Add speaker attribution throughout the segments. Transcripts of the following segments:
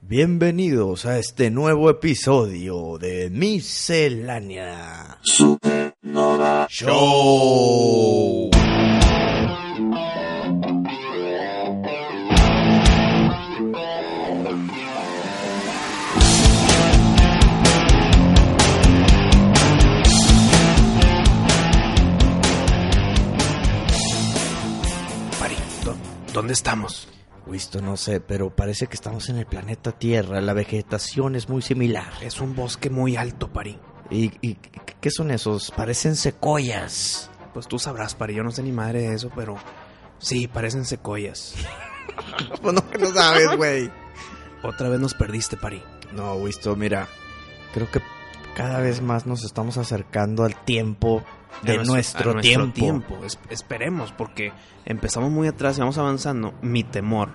Speaker 1: Bienvenidos a este nuevo episodio de Miscelánea
Speaker 2: Supernova
Speaker 1: Show.
Speaker 3: Pari, ¿dó- ¿dónde estamos?
Speaker 1: Listo, no sé, pero parece que estamos en el planeta Tierra. La vegetación es muy similar.
Speaker 3: Es un bosque muy alto, Pari.
Speaker 1: ¿Y, y qué son esos? Parecen secoyas.
Speaker 3: Pues tú sabrás, Pari, yo no sé ni madre de eso, pero sí, parecen secoyas.
Speaker 1: Pues no, que no sabes, güey.
Speaker 3: Otra vez nos perdiste, Pari.
Speaker 1: No, Wisto, mira. Creo que cada vez más nos estamos acercando al tiempo de
Speaker 3: A nues-
Speaker 1: nuestro,
Speaker 3: a
Speaker 1: tiempo.
Speaker 3: Es- esperemos, porque empezamos muy atrás y vamos avanzando. Mi temor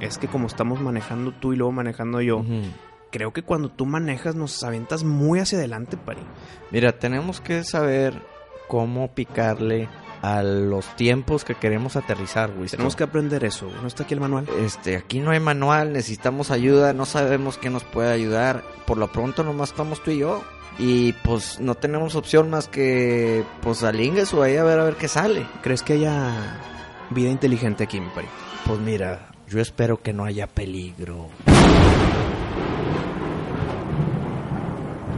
Speaker 3: es que como estamos manejando tú y luego manejando yo,
Speaker 1: Ujú.
Speaker 3: creo que cuando tú manejas nos avientas muy hacia adelante, Pari.
Speaker 1: Mira, tenemos que saber cómo picarle a los tiempos que queremos aterrizar, güey.
Speaker 3: Tenemos que aprender eso. ¿No está aquí el manual?
Speaker 1: Este, aquí no hay manual, necesitamos ayuda, no sabemos qué nos puede ayudar. Por lo pronto nomás estamos tú y yo. Y pues no tenemos opción más que pues al Inges o ahí a ver a ver qué sale.
Speaker 3: ¿Crees que haya vida inteligente aquí, mi Pari?
Speaker 1: Pues mira, yo espero que no haya peligro.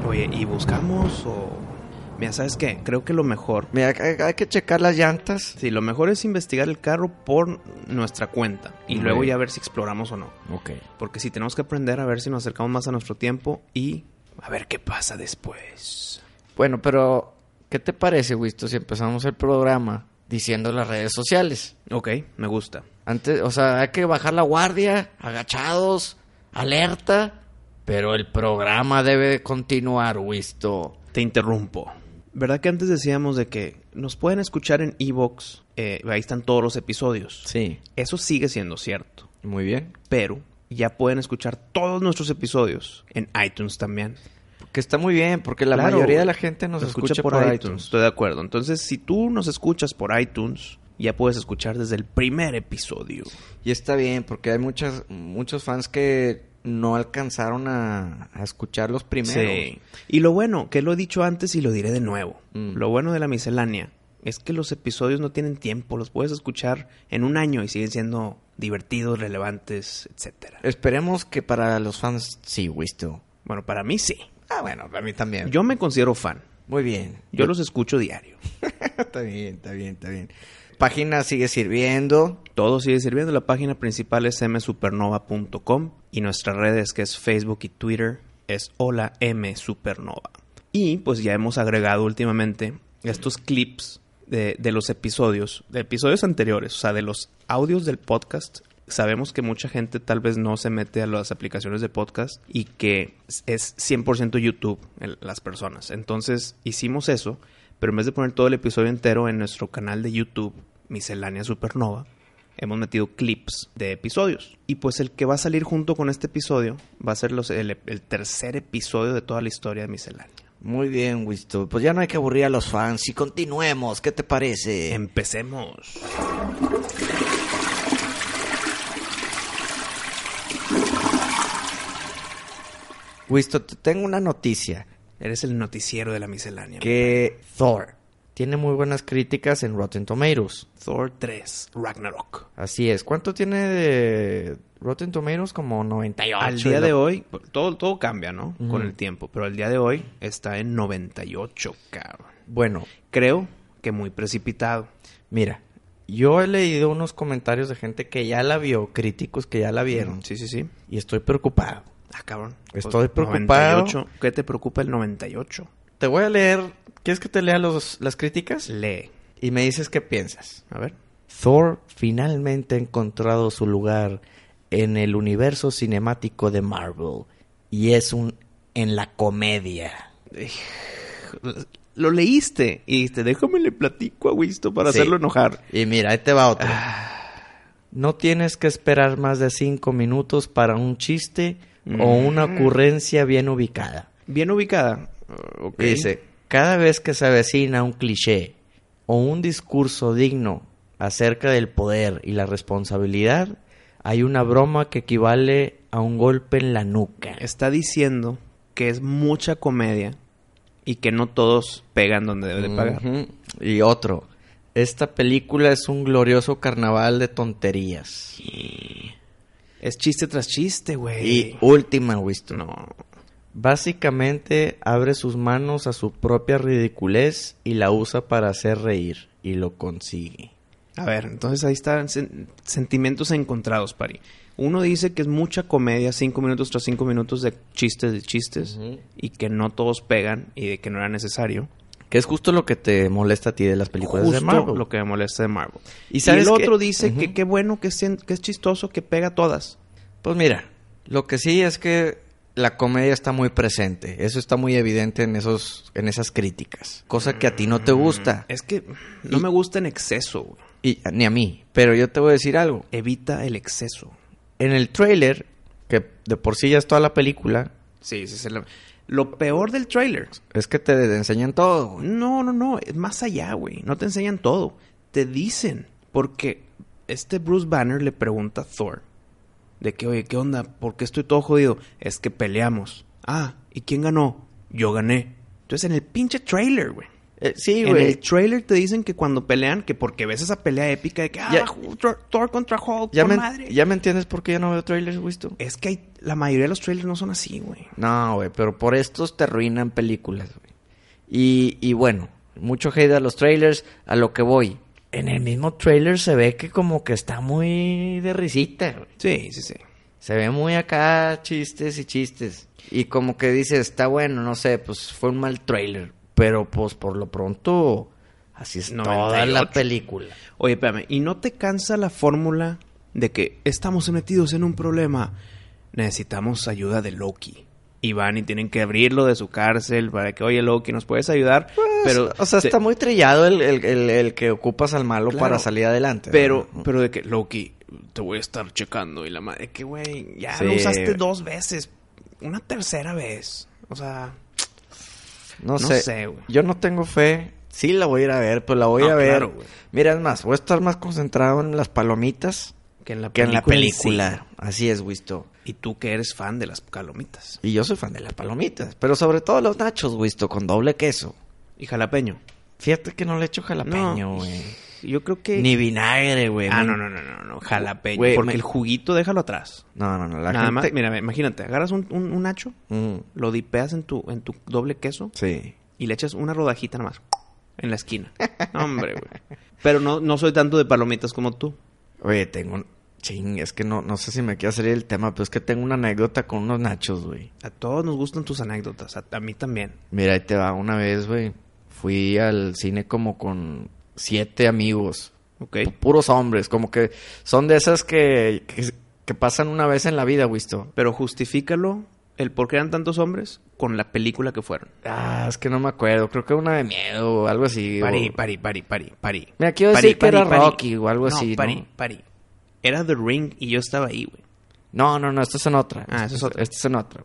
Speaker 3: Oye, ¿y buscamos o...? Mira, ¿sabes qué? Creo que lo mejor...
Speaker 1: Mira, hay, hay que checar las llantas.
Speaker 3: Sí, lo mejor es investigar el carro por nuestra cuenta y
Speaker 1: Muy
Speaker 3: luego
Speaker 1: bien.
Speaker 3: ya ver si exploramos o no.
Speaker 1: Ok.
Speaker 3: Porque si tenemos que aprender a ver si nos acercamos más a nuestro tiempo y a ver qué pasa después.
Speaker 1: Bueno, pero ¿qué te parece, Wisto, si empezamos el programa diciendo las redes sociales?
Speaker 3: Ok, me gusta.
Speaker 1: Antes, o sea, hay que bajar la guardia, agachados, alerta, pero el programa debe de continuar, Wisto.
Speaker 3: Te interrumpo. ¿Verdad que antes decíamos de que nos pueden escuchar en Evox? Eh, ahí están todos los episodios.
Speaker 1: Sí,
Speaker 3: Eso sigue siendo cierto.
Speaker 1: muy bien.
Speaker 3: Pero ya pueden escuchar todos nuestros episodios en iTunes también.
Speaker 1: Que está muy bien, porque la
Speaker 3: Claro,
Speaker 1: mayoría de la
Speaker 3: güey.
Speaker 1: gente nos
Speaker 3: Lo
Speaker 1: escucha, por, iTunes.
Speaker 3: Estoy de acuerdo. Entonces, si tú nos escuchas por iTunes, ya puedes escuchar desde el primer episodio.
Speaker 1: Y está bien, porque hay muchas, muchos fans que no alcanzaron a, a escuchar los primeros.
Speaker 3: Sí. Y lo bueno, que lo he dicho antes y lo diré de nuevo.
Speaker 1: Mm.
Speaker 3: Lo bueno de la miscelánea es que los episodios no tienen tiempo, los puedes escuchar en un año y siguen siendo divertidos, relevantes, etcétera.
Speaker 1: Esperemos que para los fans sí, Wisto.
Speaker 3: Bueno, para mí sí.
Speaker 1: Ah, bueno, para mí también.
Speaker 3: Yo me considero fan.
Speaker 1: Muy bien.
Speaker 3: Yo los escucho diario.
Speaker 1: está bien, está bien, está bien. Página sigue sirviendo.
Speaker 3: Todo sigue sirviendo. La página principal es msupernova.com y nuestras redes que es Facebook y Twitter es hola msupernova. Y pues ya hemos agregado últimamente estos clips de, de los episodios, de episodios anteriores, o sea, de los audios del podcast. Sabemos que mucha gente tal vez no se mete a las aplicaciones de podcast y que es- es 100% YouTube el- las personas. Entonces hicimos eso, pero en vez de poner todo el episodio entero en nuestro canal de YouTube, Miscelánea Supernova, hemos metido clips de episodios. Y pues el que va a salir junto con este episodio va a ser los- el, el tercer episodio de toda la historia de Miscelánea.
Speaker 1: Muy bien, Wisto. Pues ya no hay que aburrir a los fans y continuemos. ¿Qué te parece?
Speaker 3: Em, Empecemos.
Speaker 1: Wisto, te tengo una noticia.
Speaker 3: Eres el noticiero de la Miscelánea.
Speaker 1: Que Thor tiene muy buenas críticas en Rotten Tomatoes.
Speaker 3: Thor 3, Ragnarok.
Speaker 1: Así es. ¿Cuánto tiene de Rotten Tomatoes? Como 98.
Speaker 3: Al día de hoy, todo, todo cambia, ¿no?
Speaker 1: Ujú.
Speaker 3: Con el tiempo, pero al día de hoy está en 98, cabrón.
Speaker 1: Bueno,
Speaker 3: Creo que muy precipitado.
Speaker 1: mira. Yo he leído unos comentarios de gente que ya la vio, críticos que ya la vieron.
Speaker 3: Sí, sí, sí.
Speaker 1: Y estoy preocupado.
Speaker 3: Ah, cabrón.
Speaker 1: Mm. Estoy preocupado.
Speaker 3: 98. ¿Qué te preocupa el 98?
Speaker 1: Te voy a leer. ¿Quieres que te lea los, las críticas?
Speaker 3: Lee.
Speaker 1: Y me dices qué piensas.
Speaker 3: A ver.
Speaker 1: Thor finalmente ha encontrado su lugar en el universo cinemático de Marvel y es un en la comedia.
Speaker 3: Lo leíste y dijiste, déjame le platico a Wisto para
Speaker 1: Sí.
Speaker 3: hacerlo enojar.
Speaker 1: Y mira, ahí te va otro. Ah, No tienes que esperar más de cinco minutos para un chiste o una ocurrencia bien ubicada.
Speaker 3: Bien ubicada. Uh, ok.
Speaker 1: Dice, cada vez que se avecina un cliché o un discurso digno acerca del poder y la responsabilidad, hay una broma que equivale a un golpe en la nuca.
Speaker 3: Está diciendo que es mucha comedia y que no todos pegan donde debe de pagar.
Speaker 1: Ujú. Y otro, esta película es un glorioso carnaval de tonterías.
Speaker 3: Es chiste tras chiste, güey.
Speaker 1: Y última, Winston.
Speaker 3: No.
Speaker 1: Básicamente abre sus manos a su propia ridiculez y la usa para hacer reír. Y lo consigue.
Speaker 3: A ver, entonces ahí están sen- sentimientos encontrados, Pari. Uno dice que es mucha comedia, cinco minutos tras cinco minutos de chistes de chistes,
Speaker 1: Ujú.
Speaker 3: y que no todos pegan y de que no era necesario.
Speaker 1: Que es justo lo que te molesta a ti de las películas
Speaker 3: Justo
Speaker 1: de Marvel.
Speaker 3: lo que me molesta de Marvel.
Speaker 1: Y
Speaker 3: Y,
Speaker 1: ¿sabes
Speaker 3: el
Speaker 1: qué?
Speaker 3: otro dice
Speaker 1: Ujú.
Speaker 3: que qué bueno, que es, que es chistoso, que pega todas.
Speaker 1: Pues mira, lo que sí es que la comedia está muy presente. Eso está muy evidente en, esos, en esas críticas. Cosa que a ti no te gusta.
Speaker 3: Es que no
Speaker 1: Y-
Speaker 3: me gusta en exceso. güey.
Speaker 1: Y, ni a mí. Pero yo te voy a decir algo.
Speaker 3: Evita el exceso.
Speaker 1: En el trailer, que de por sí ya es toda la película,
Speaker 3: Sí, sí, se la- Lo peor del tráiler
Speaker 1: es que te enseñan todo. güey.
Speaker 3: No, no, no. Es más allá, güey. No te enseñan todo. Te dicen. Porque este Bruce Banner le pregunta a Thor. De que, oye, ¿qué onda? ¿Por qué estoy todo jodido? Es que peleamos. Ah, ¿y quién ganó? Yo gané. Entonces en el pinche trailer, güey.
Speaker 1: Eh, sí,
Speaker 3: en
Speaker 1: güey.
Speaker 3: el trailer te dicen que cuando pelean, que porque ves esa pelea épica de que, ah,
Speaker 1: Ya-
Speaker 3: Thor, Thor contra Hulk,
Speaker 1: Ya
Speaker 3: por
Speaker 1: me,
Speaker 3: madre.
Speaker 1: ya me entiendes por qué yo no veo trailers, Wisto.
Speaker 3: Es que hay- la mayoría de los trailers no son así, güey.
Speaker 1: No, güey, pero por estos te arruinan películas, güey. Y, y bueno, mucho hate a los trailers, a lo que voy. En el mismo trailer se ve que como que está muy de risita, güey.
Speaker 3: Sí, sí, sí.
Speaker 1: Se ve muy acá chistes y chistes. Y como que dice, está bueno, no sé, pues fue un mal trailer. Pero pues por lo pronto, así es toda la
Speaker 3: 98.
Speaker 1: película.
Speaker 3: Oye, espérame, ¿y no te cansa la fórmula de que estamos metidos en un problema? Necesitamos ayuda de Loki. Y van y tienen que abrirlo de su cárcel para que, oye, Loki, ¿nos puedes ayudar?
Speaker 1: pero, Pues, o sea,
Speaker 3: te-
Speaker 1: está muy trillado el, el- el- el que ocupas al malo
Speaker 3: Claro.
Speaker 1: para salir adelante.
Speaker 3: Pero,
Speaker 1: ¿no?
Speaker 3: pero de que, Loki, te voy a estar checando. Y la madre, que, güey, ya lo
Speaker 1: Sí.
Speaker 3: usaste dos veces. Una tercera vez. O sea,
Speaker 1: no,
Speaker 3: no
Speaker 1: sé.
Speaker 3: sé, güey.
Speaker 1: Yo no tengo fe. Sí la voy a ir a ver, pero la voy
Speaker 3: No,
Speaker 1: a ver.
Speaker 3: claro, güey.
Speaker 1: Mira, es más, voy a estar más concentrado en las palomitas
Speaker 3: que en la
Speaker 1: que en la
Speaker 3: en sí.
Speaker 1: película. Así es, Wisto.
Speaker 3: Y tú que eres fan de las calomitas.
Speaker 1: Y yo soy fan de las palomitas, pero sobre todo los nachos, Wisto, con doble queso.
Speaker 3: Y jalapeño.
Speaker 1: Fíjate que no le echo jalapeño, güey.
Speaker 3: Yo creo que...
Speaker 1: Ni vinagre, güey.
Speaker 3: Ah, no, no, no, no, no, jalapeño.
Speaker 1: Güey,
Speaker 3: porque
Speaker 1: me-
Speaker 3: el juguito déjalo atrás.
Speaker 1: No, no, no. La
Speaker 3: Nada
Speaker 1: gente...
Speaker 3: más, mira, imagínate, agarras un, un, un nacho,
Speaker 1: Mm,
Speaker 3: lo dipeas en tu, en tu doble queso
Speaker 1: sí.
Speaker 3: y le echas una rodajita nada más en la esquina. No, Hombre, güey. Pero no, no soy tanto de palomitas como tú.
Speaker 1: Oye, tengo un... Ching, es que no, no sé si me quiero salir del tema, pero es que tengo una anécdota con unos nachos, güey.
Speaker 3: A todos nos gustan tus anécdotas, a, a mí también.
Speaker 1: Mira, ahí te va una vez, güey. Fui al cine como con siete amigos.
Speaker 3: ¿Ok?
Speaker 1: pu- Puros hombres, como que son de esas que, que, que pasan una vez en la vida, Wisto.
Speaker 3: Pero justifícalo el por qué eran tantos hombres con la película que fueron.
Speaker 1: Ah, es que no me acuerdo. Creo que una de miedo o algo así.
Speaker 3: Pari,
Speaker 1: o-
Speaker 3: pari, pari, pari, pari.
Speaker 1: Mira, quiero
Speaker 3: Pari,
Speaker 1: decir que
Speaker 3: pari,
Speaker 1: era
Speaker 3: pari.
Speaker 1: Rocky o algo
Speaker 3: No,
Speaker 1: así, ¿no?
Speaker 3: Pari, pari. Era The Ring y yo estaba ahí, güey.
Speaker 1: No, no, no, esto es en otra.
Speaker 3: Ah, eso es otra.
Speaker 1: Esto es en otra.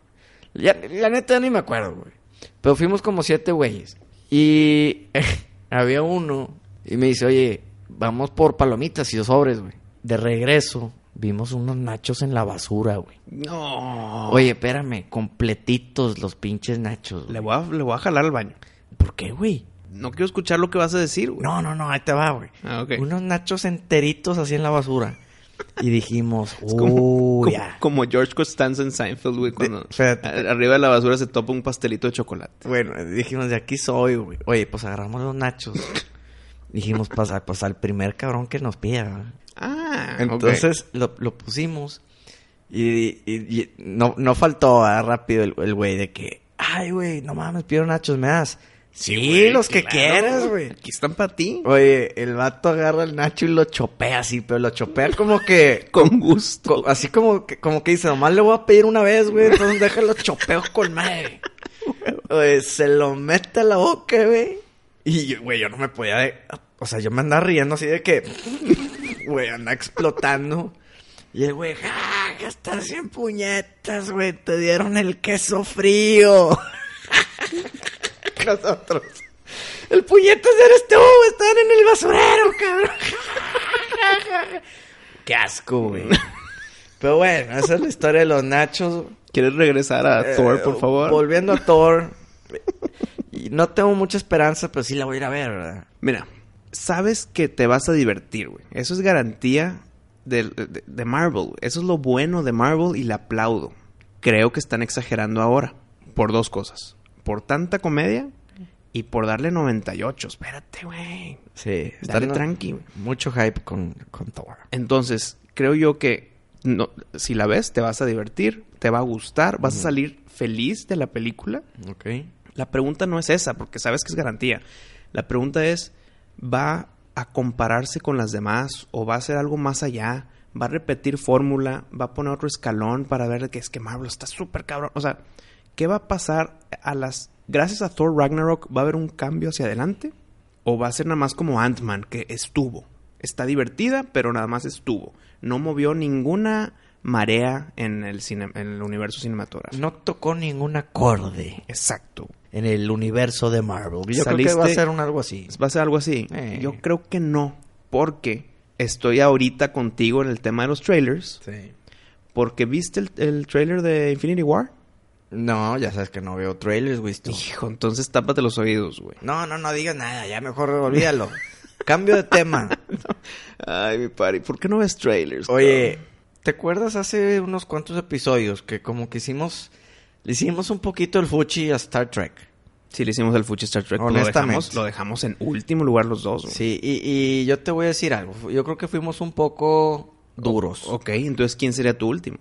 Speaker 1: Ya, la neta ni me acuerdo, güey. Pero fuimos como siete güeyes. Y había uno y me dice, oye, vamos por palomitas y dos sobres, güey. De regreso, vimos unos nachos en la basura, güey.
Speaker 3: No.
Speaker 1: Oye, espérame, completitos los pinches nachos.
Speaker 3: Le
Speaker 1: güey.
Speaker 3: voy, a, le voy a jalar al baño.
Speaker 1: ¿Por qué, güey?
Speaker 3: No quiero escuchar lo que vas a decir, güey.
Speaker 1: No, no, no, ahí te va, güey.
Speaker 3: Ah, ok.
Speaker 1: Unos nachos enteritos así en la basura. Y dijimos, uy,
Speaker 3: Es como, como-
Speaker 1: ya.
Speaker 3: como George Costanza en Seinfeld, güey, cuando
Speaker 1: espérate.
Speaker 3: a- arriba de la basura se topa un pastelito de chocolate.
Speaker 1: Bueno, dijimos, de aquí soy, güey. Oye, pues agarramos los nachos. dijimos, pues, a- pues al primer cabrón que nos pida. ¿verdad?
Speaker 3: Ah,
Speaker 1: Entonces lo, lo pusimos y, y- y no, no faltó ¿verdad? rápido el el güey de que, ay, güey, no mames, pido nachos, me das. Sí,
Speaker 3: güey,
Speaker 1: los que
Speaker 3: claro,
Speaker 1: quieras, güey.
Speaker 3: Aquí están para ti.
Speaker 1: Oye, el vato agarra al Nacho y lo chopea así, pero lo chopea como que...
Speaker 3: Con gusto.
Speaker 1: co- así como que, como que dice, nomás le voy a pedir una vez, güey, entonces déjalo chopeo con madre. Oye, se lo mete a la boca, güey. Y, yo, güey, yo no me podía... de- O sea, yo me andaba riendo así de que... Güey, anda explotando. Y el güey, ¡ah! Gastar 100 puñetas, güey. Te dieron el queso frío. Nosotros. El puñetas eres tú, están en el basurero, cabrón. Qué asco, güey. Pero bueno, esa es la historia de los nachos.
Speaker 3: ¿Quieres regresar a
Speaker 1: Eh,
Speaker 3: Thor, por favor?
Speaker 1: Volviendo a Thor. Y no tengo mucha esperanza, pero sí la voy a ir a ver, ¿verdad?
Speaker 3: Mira, sabes que te vas a divertir, güey. Eso es garantía del- de, de Marvel. güey. Eso es lo bueno de Marvel y le aplaudo. Creo que están exagerando ahora. Por dos cosas. Por tanta comedia y por darle 98. Espérate, güey.
Speaker 1: Sí. Está
Speaker 3: Dale tranqui, güey.
Speaker 1: Mucho hype con, con Thor.
Speaker 3: Entonces, creo yo que no, si la ves, te vas a divertir, te va a gustar, vas a salir feliz de la película.
Speaker 1: Ok.
Speaker 3: La pregunta no es esa, porque sabes que es garantía. La pregunta es, ¿va a compararse con las demás o va a hacer algo más allá? ¿Va a repetir fórmula? ¿Va a poner otro escalón para ver que es que Marvel está súper cabrón? O sea, ¿qué va a pasar a las... Gracias a Thor Ragnarok, ¿va a haber un cambio hacia adelante? ¿O va a ser nada más como Ant-Man, que estuvo? Está divertida, pero nada más estuvo. No movió ninguna marea en el, cine- en el universo cinematográfico.
Speaker 1: No tocó ningún acorde.
Speaker 3: Exacto.
Speaker 1: en el universo de Marvel. Yo creo que
Speaker 3: Saliste-
Speaker 1: va a ser un algo así.
Speaker 3: ¿Va a ser algo así?
Speaker 1: Eh.
Speaker 3: Yo creo que no, porque estoy ahorita contigo en el tema de los trailers, porque viste el, el trailer de Infinity War.
Speaker 1: No, ya sabes que no veo trailers, güey. tú.
Speaker 3: Hijo, entonces tápate los oídos, güey.
Speaker 1: No, no, no digas nada, ya mejor olvídalo. Cambio de tema.
Speaker 3: Ay, mi pari, ¿por qué no ves trailers?
Speaker 1: Oye, ¿te acuerdas hace unos cuantos episodios que como que hicimos le hicimos un poquito el fuchi a Star Trek?
Speaker 3: Si le hicimos al Fuchi Star Trek, pues
Speaker 1: Honestamente.
Speaker 3: Lo, dejamos, lo dejamos en último lugar los dos. güey.
Speaker 1: Sí, y, y yo te voy a decir algo. Yo creo que fuimos un poco duros.
Speaker 3: Ok, entonces ¿quién sería tu último?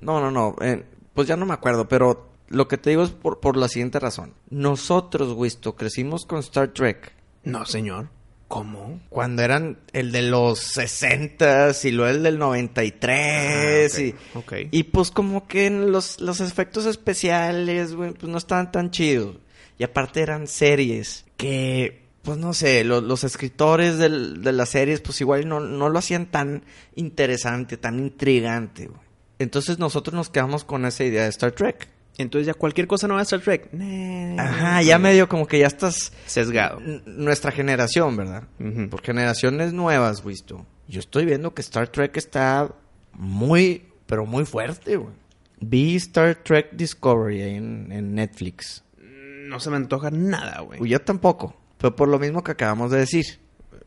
Speaker 1: No, no, no. eh, pues ya no me acuerdo, pero lo que te digo es por, por la siguiente razón. Nosotros, Wisto, crecimos con Star Trek.
Speaker 3: No, señor. ¿Cómo?
Speaker 1: Cuando eran el de los 60 y luego el del 93
Speaker 3: Ah, ok,
Speaker 1: y,
Speaker 3: ok.
Speaker 1: Eh, y pues como que en los, los efectos especiales, güey, pues no estaban tan chidos. Y aparte eran series que, pues no sé, lo- los escritores del- de las series pues igual no, no lo hacían tan interesante, tan intrigante, güey. Entonces nosotros nos quedamos con esa idea de Star Trek.
Speaker 3: Entonces ya cualquier cosa nueva de Star Trek. Nee.
Speaker 1: Ajá, ya medio como que ya estás...
Speaker 3: Sesgado.
Speaker 1: N- nuestra generación, ¿verdad?
Speaker 3: Ujú.
Speaker 1: Por generaciones nuevas, visto. Yo estoy viendo que Star Trek está muy, pero muy fuerte, güey. Vi Star Trek Discovery ahí en, en Netflix.
Speaker 3: No se me antoja nada, güey.
Speaker 1: Yo tampoco, pero por lo mismo que acabamos de decir.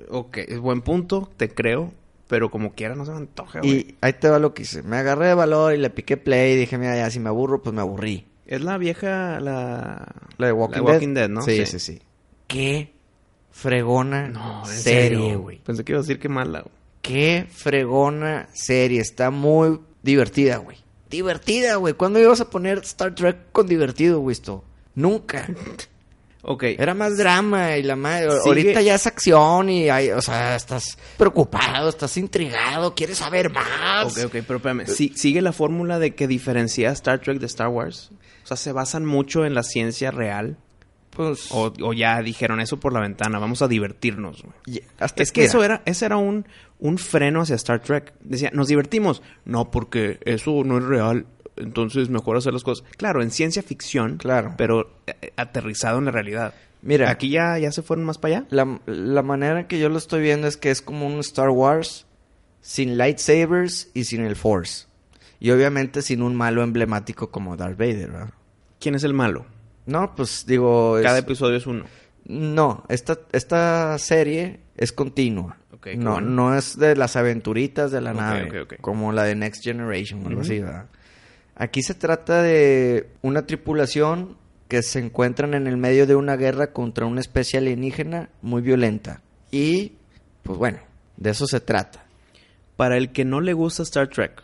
Speaker 3: Ok, es buen punto, te creo, pero como quiera no se me antoja, güey.
Speaker 1: Y ahí te va lo que hice. Me agarré de valor y le piqué play y dije, mira, ya si me aburro, pues me aburrí.
Speaker 3: Es la vieja, la...
Speaker 1: La de Walking,
Speaker 3: Dead, ¿no?
Speaker 1: Sí, sí, sí. Qué fregona
Speaker 3: No, en
Speaker 1: serie,
Speaker 3: serio,
Speaker 1: güey.
Speaker 3: Pensé que iba a decir que mala, güey.
Speaker 1: Qué fregona serie. Está muy divertida, güey. Divertida, güey. ¿Cuándo ibas a poner Star Trek con divertido, güey? esto? Nunca.
Speaker 3: Ok,
Speaker 1: Era más drama y la madre.
Speaker 3: Sigue.
Speaker 1: Ahorita ya es acción y, hay, o sea, estás preocupado, estás intrigado, quieres saber más.
Speaker 3: ok, ok, pero espérame. Sí, ¿Sigue la fórmula de que diferencia a Star Trek de Star Wars? O sea, ¿se basan mucho en la ciencia real?
Speaker 1: Pues,
Speaker 3: ¿O, o ya dijeron eso por la ventana? Vamos a divertirnos, güey.
Speaker 1: y- hasta
Speaker 3: Es que eso era, ese era un, un freno hacia Star Trek. Decía, nos divertimos. No, porque eso no es real. Entonces mejor hacer las cosas. Claro, en ciencia ficción.
Speaker 1: Claro.
Speaker 3: Pero eh, aterrizado en la realidad.
Speaker 1: Mira.
Speaker 3: Aquí ya, ya se fueron más para allá.
Speaker 1: La, la manera en que yo lo estoy viendo es que es como un Star Wars sin lightsabers y sin el Force. Y obviamente sin un malo emblemático como Darth Vader, ¿verdad?
Speaker 3: ¿Quién es el malo?
Speaker 1: No, pues digo. es-
Speaker 3: Cada episodio es uno.
Speaker 1: No, esta, esta serie es continua.
Speaker 3: Ok, qué
Speaker 1: no,
Speaker 3: bueno.
Speaker 1: no es de las aventuritas de la
Speaker 3: Ok,
Speaker 1: nave,
Speaker 3: ok, ok.
Speaker 1: como la de Next Generation o algo así, ¿verdad? Aquí se trata de una tripulación que se encuentran en el medio de una guerra contra una especie alienígena muy violenta. Y, pues bueno, de eso se trata.
Speaker 3: Para el que no le gusta Star Trek,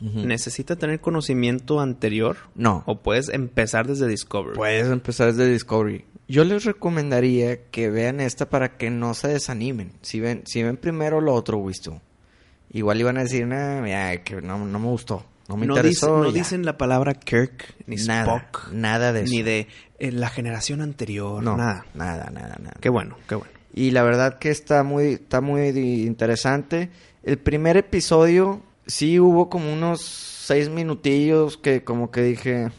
Speaker 3: ¿necesita tener conocimiento anterior?
Speaker 1: No. Pues,
Speaker 3: ¿O puedes empezar desde Discovery?
Speaker 1: Puedes empezar desde Discovery. Yo les recomendaría que vean esta para que no se desanimen. Si ven, si ven primero lo otro, Wisto. Igual iban a decir, nah, mira, que no, no me gustó. No me
Speaker 3: no
Speaker 1: interesó.
Speaker 3: dicen, no
Speaker 1: ya".
Speaker 3: dicen la palabra Kirk, ni
Speaker 1: nada,
Speaker 3: Spock,
Speaker 1: nada de eso.
Speaker 3: ni de eh, la generación anterior,
Speaker 1: No,
Speaker 3: nada.
Speaker 1: Nada, nada, nada.
Speaker 3: Qué bueno, qué bueno.
Speaker 1: Y la verdad que está muy, está muy di- interesante. El primer episodio sí hubo como unos seis minutillos que como que dije,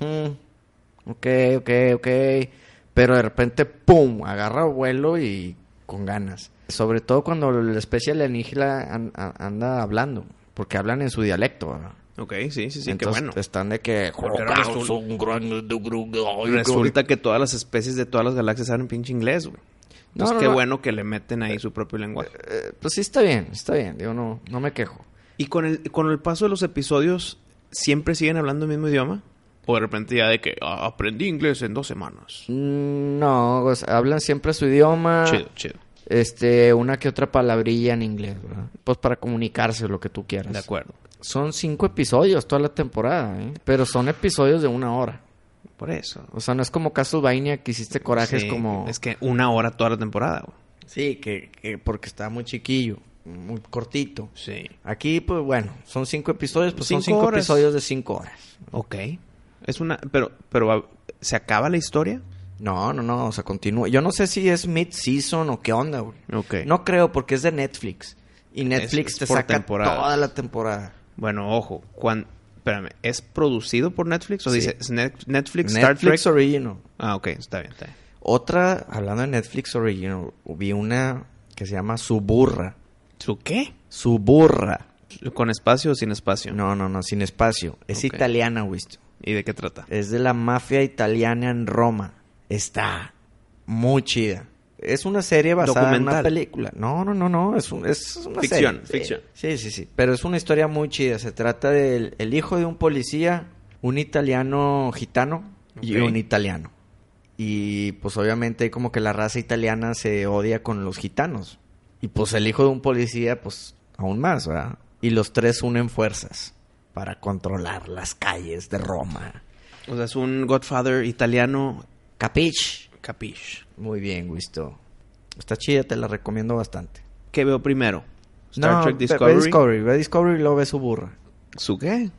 Speaker 1: "Hmm, ok, ok, ok. Pero de repente, ¡pum! Agarra vuelo y con ganas. Sobre todo cuando la especie alienígena an- a- anda hablando, porque hablan en su dialecto. ¿verdad?
Speaker 3: Ok, sí, sí, sí, qué
Speaker 1: Entonces
Speaker 3: bueno.
Speaker 1: están de que...
Speaker 3: Porque ahora resulta- Resulta que todas las especies de todas las galaxias hablan pinche inglés, güey. Entonces,
Speaker 1: no,
Speaker 3: qué
Speaker 1: no.
Speaker 3: bueno que le meten ahí su propio lenguaje.
Speaker 1: Eh, pues sí está bien, está bien. Digo, no, no me quejo.
Speaker 3: ¿Y con el, con el paso de los episodios, siempre siguen hablando el mismo idioma? ¿O de repente ya de que "Ah, aprendí inglés en dos semanas?
Speaker 1: Mm, No, o sea, hablan siempre su idioma.
Speaker 3: Chido, chido.
Speaker 1: Este, una que otra palabrilla en inglés, ¿verdad? Pues para comunicarse lo que tú quieras.
Speaker 3: De acuerdo.
Speaker 1: Son cinco episodios toda la temporada, ¿eh? Pero son episodios de una hora.
Speaker 3: Por eso.
Speaker 1: O sea, no es como Castlevania que hiciste corajes
Speaker 3: Sí,
Speaker 1: como...
Speaker 3: Es que una hora toda la temporada, güey.
Speaker 1: Sí, que, que porque está muy chiquillo, muy cortito.
Speaker 3: Sí.
Speaker 1: Aquí, pues bueno, son cinco episodios, pues son
Speaker 3: Cinco
Speaker 1: cinco
Speaker 3: horas.
Speaker 1: episodios de cinco horas.
Speaker 3: Ok. Es una... Pero, pero ah, ¿se acaba la historia?
Speaker 1: No, no, no, o sea, continúa. Yo no sé si es mid-season o qué onda, güey.
Speaker 3: Ok.
Speaker 1: No creo, porque es de Netflix. Y Netflix
Speaker 3: es
Speaker 1: te
Speaker 3: por
Speaker 1: saca
Speaker 3: temporadas.
Speaker 1: toda la temporada.
Speaker 3: Bueno, ojo. Cuan... Espérame. ¿Es producido por Netflix o
Speaker 1: Sí.
Speaker 3: dice es Net- Netflix, Star Trek?
Speaker 1: Netflix Original.
Speaker 3: Ah, ok. Está bien, está bien.
Speaker 1: Otra, hablando de Netflix Original, vi una que se llama Suburra.
Speaker 3: ¿Su qué?
Speaker 1: Suburra.
Speaker 3: ¿Con espacio o sin espacio?
Speaker 1: No, no, no, sin espacio. Es
Speaker 3: Ok.
Speaker 1: italiana, Wisto.
Speaker 3: ¿Y de qué trata?
Speaker 1: Es de la mafia italiana en Roma. Está muy chida. Es una serie basada en
Speaker 3: Documental.
Speaker 1: una película. No, no, no, no. Es, un- es una
Speaker 3: Ficción,
Speaker 1: serie.
Speaker 3: ficción.
Speaker 1: Sí, sí, sí. Pero es una historia muy chida. Se trata del el hijo de un policía, un italiano gitano y
Speaker 3: Ok.
Speaker 1: un italiano. Y pues obviamente como que la raza italiana se odia con los gitanos. Y pues el hijo de un policía, pues aún más, ¿verdad? Y los tres unen fuerzas para controlar las calles de Roma.
Speaker 3: O sea, es un Godfather italiano
Speaker 1: Capich.
Speaker 3: capiche.
Speaker 1: Muy bien, Wisto. Está chida, te la recomiendo bastante.
Speaker 3: ¿Qué veo primero? Star
Speaker 1: No,
Speaker 3: Trek
Speaker 1: ve-
Speaker 3: Discovery.
Speaker 1: Ve Discovery, ve Discovery y luego ve su burra.
Speaker 3: ¿Su qué?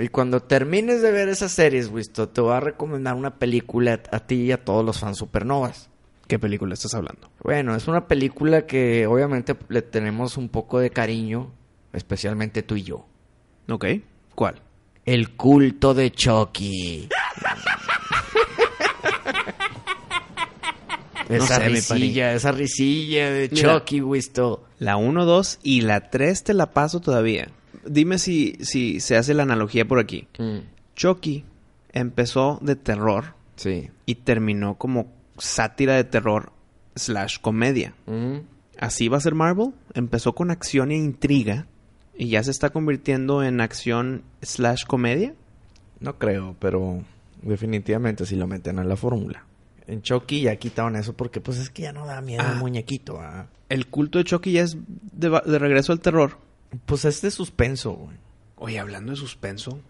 Speaker 1: Y cuando termines de ver esas series, Wisto, te voy a recomendar una película a ti y a todos los fans supernovas.
Speaker 3: ¿Qué película estás hablando?
Speaker 1: Bueno, es una película que obviamente le tenemos un poco de cariño, especialmente tú y yo.
Speaker 3: Ok. ¿Cuál?
Speaker 1: El culto de Chucky.
Speaker 3: No
Speaker 1: esa
Speaker 3: sé, mi
Speaker 1: risilla, esa risilla de
Speaker 3: Mira.
Speaker 1: Chucky, Wisto.
Speaker 3: La 1, 2 y la 3 te la paso todavía. Dime si, si se hace la analogía por aquí. Chucky empezó de terror
Speaker 1: Sí.
Speaker 3: y terminó como sátira de terror slash comedia. Así va a ser Marvel. Empezó con acción e intriga y ya se está convirtiendo en acción slash comedia.
Speaker 1: No creo, pero definitivamente si lo meten a la fórmula. En Chucky ya quitaron eso porque pues es que ya no da miedo
Speaker 3: Ah.
Speaker 1: el muñequito. ah.
Speaker 3: El culto de Chucky ya es de, va- de regreso al terror.
Speaker 1: Pues es de suspenso, güey.
Speaker 3: Oye, hablando de suspenso.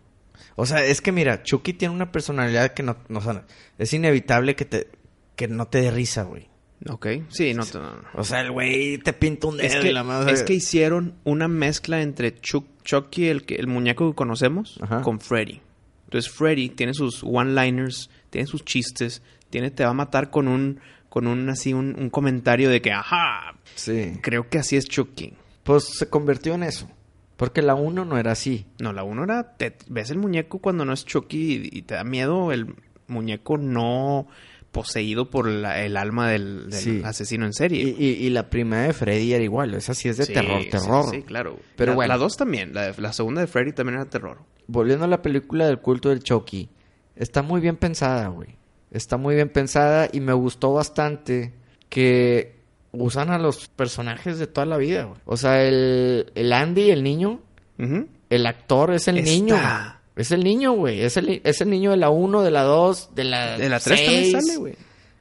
Speaker 1: O sea, es que mira, Chucky tiene una personalidad que no, no o sea, es inevitable que te que no te dé risa, güey.
Speaker 3: Ok, sí, no. te- no, no.
Speaker 1: O sea, el güey te pinta un dedo
Speaker 3: Es,
Speaker 1: y
Speaker 3: que,
Speaker 1: la madre.
Speaker 3: es que hicieron una mezcla entre Chuck, Chucky, el, que- el muñeco que conocemos,
Speaker 1: Ajá.
Speaker 3: con Freddy. Entonces Freddy tiene sus one-liners, tiene sus chistes, tiene, te va a matar con un, con un así, un, un comentario de que, ajá,
Speaker 1: sí.
Speaker 3: creo que así es Chucky.
Speaker 1: Pues se convirtió en eso, porque la 1 no era así.
Speaker 3: No, la uno era, te- ves el muñeco cuando no es Chucky y, y te da miedo el muñeco no poseído por la- el alma del, del
Speaker 1: Sí.
Speaker 3: asesino en
Speaker 1: Y,
Speaker 3: serie.
Speaker 1: y, y la prima de Freddy era igual, esa sí es de
Speaker 3: Sí,
Speaker 1: terror,
Speaker 3: sí,
Speaker 1: terror.
Speaker 3: Sí, claro.
Speaker 1: Pero
Speaker 3: Pero la,
Speaker 1: bueno.
Speaker 3: la dos también, la, de- la segunda de Freddy también era terror.
Speaker 1: volviendo a la película del culto del Chucky, está muy bien pensada, güey. Está muy bien pensada y me gustó bastante que usan a los personajes de toda la vida, güey. O sea, el, el Andy, el niño,
Speaker 3: Ujú.
Speaker 1: el actor es el
Speaker 3: Está.
Speaker 1: niño. Es el niño, güey. Es el, es el niño de la 1, de la 2, de la
Speaker 3: De la tres también
Speaker 1: seis.
Speaker 3: sale, güey.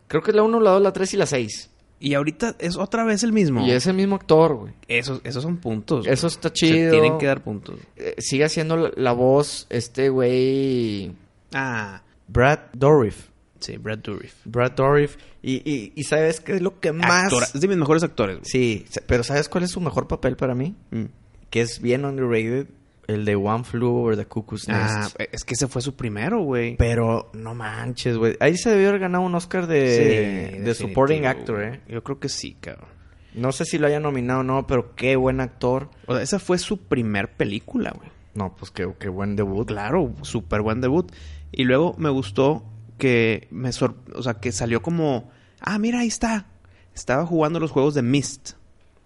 Speaker 1: Creo que es la 1, la 2, la 3 y la 6.
Speaker 3: Y ahorita es otra vez el mismo.
Speaker 1: Y es el mismo actor, güey.
Speaker 3: Esos, esos son puntos. güey.
Speaker 1: Eso está
Speaker 3: Se
Speaker 1: chido.
Speaker 3: tienen que dar puntos.
Speaker 1: Eh, Sigue haciendo la- la voz este güey
Speaker 3: Ah,
Speaker 1: Brad Dorif.
Speaker 3: Sí, Brad Dourif.
Speaker 1: Brad Dourif. Y, y, y ¿sabes qué es lo que más...?
Speaker 3: Actora- Es de mis mejores actores. güey.
Speaker 1: Sí, sa- pero ¿sabes cuál es su mejor papel para mí?
Speaker 3: Mm.
Speaker 1: Que es bien underrated. El de One Flew Over the Cuckoo's Nest.
Speaker 3: Ah, es que ese fue su primero, güey.
Speaker 1: Pero no manches, güey. Ahí se debió haber ganado un Oscar de,
Speaker 3: Sí,
Speaker 1: de Supporting Actor,
Speaker 3: definitivo, güey.
Speaker 1: ¿eh?
Speaker 3: Yo creo que sí, cabrón.
Speaker 1: No sé si lo haya nominado o no, pero qué buen actor.
Speaker 3: O sea, esa fue su primer película, güey.
Speaker 1: No, pues qué, qué buen debut.
Speaker 3: Claro, súper buen debut. Y luego me gustó que me sor- o sea, que salió como, ah, mira, ahí está. Estaba jugando los juegos de Myst.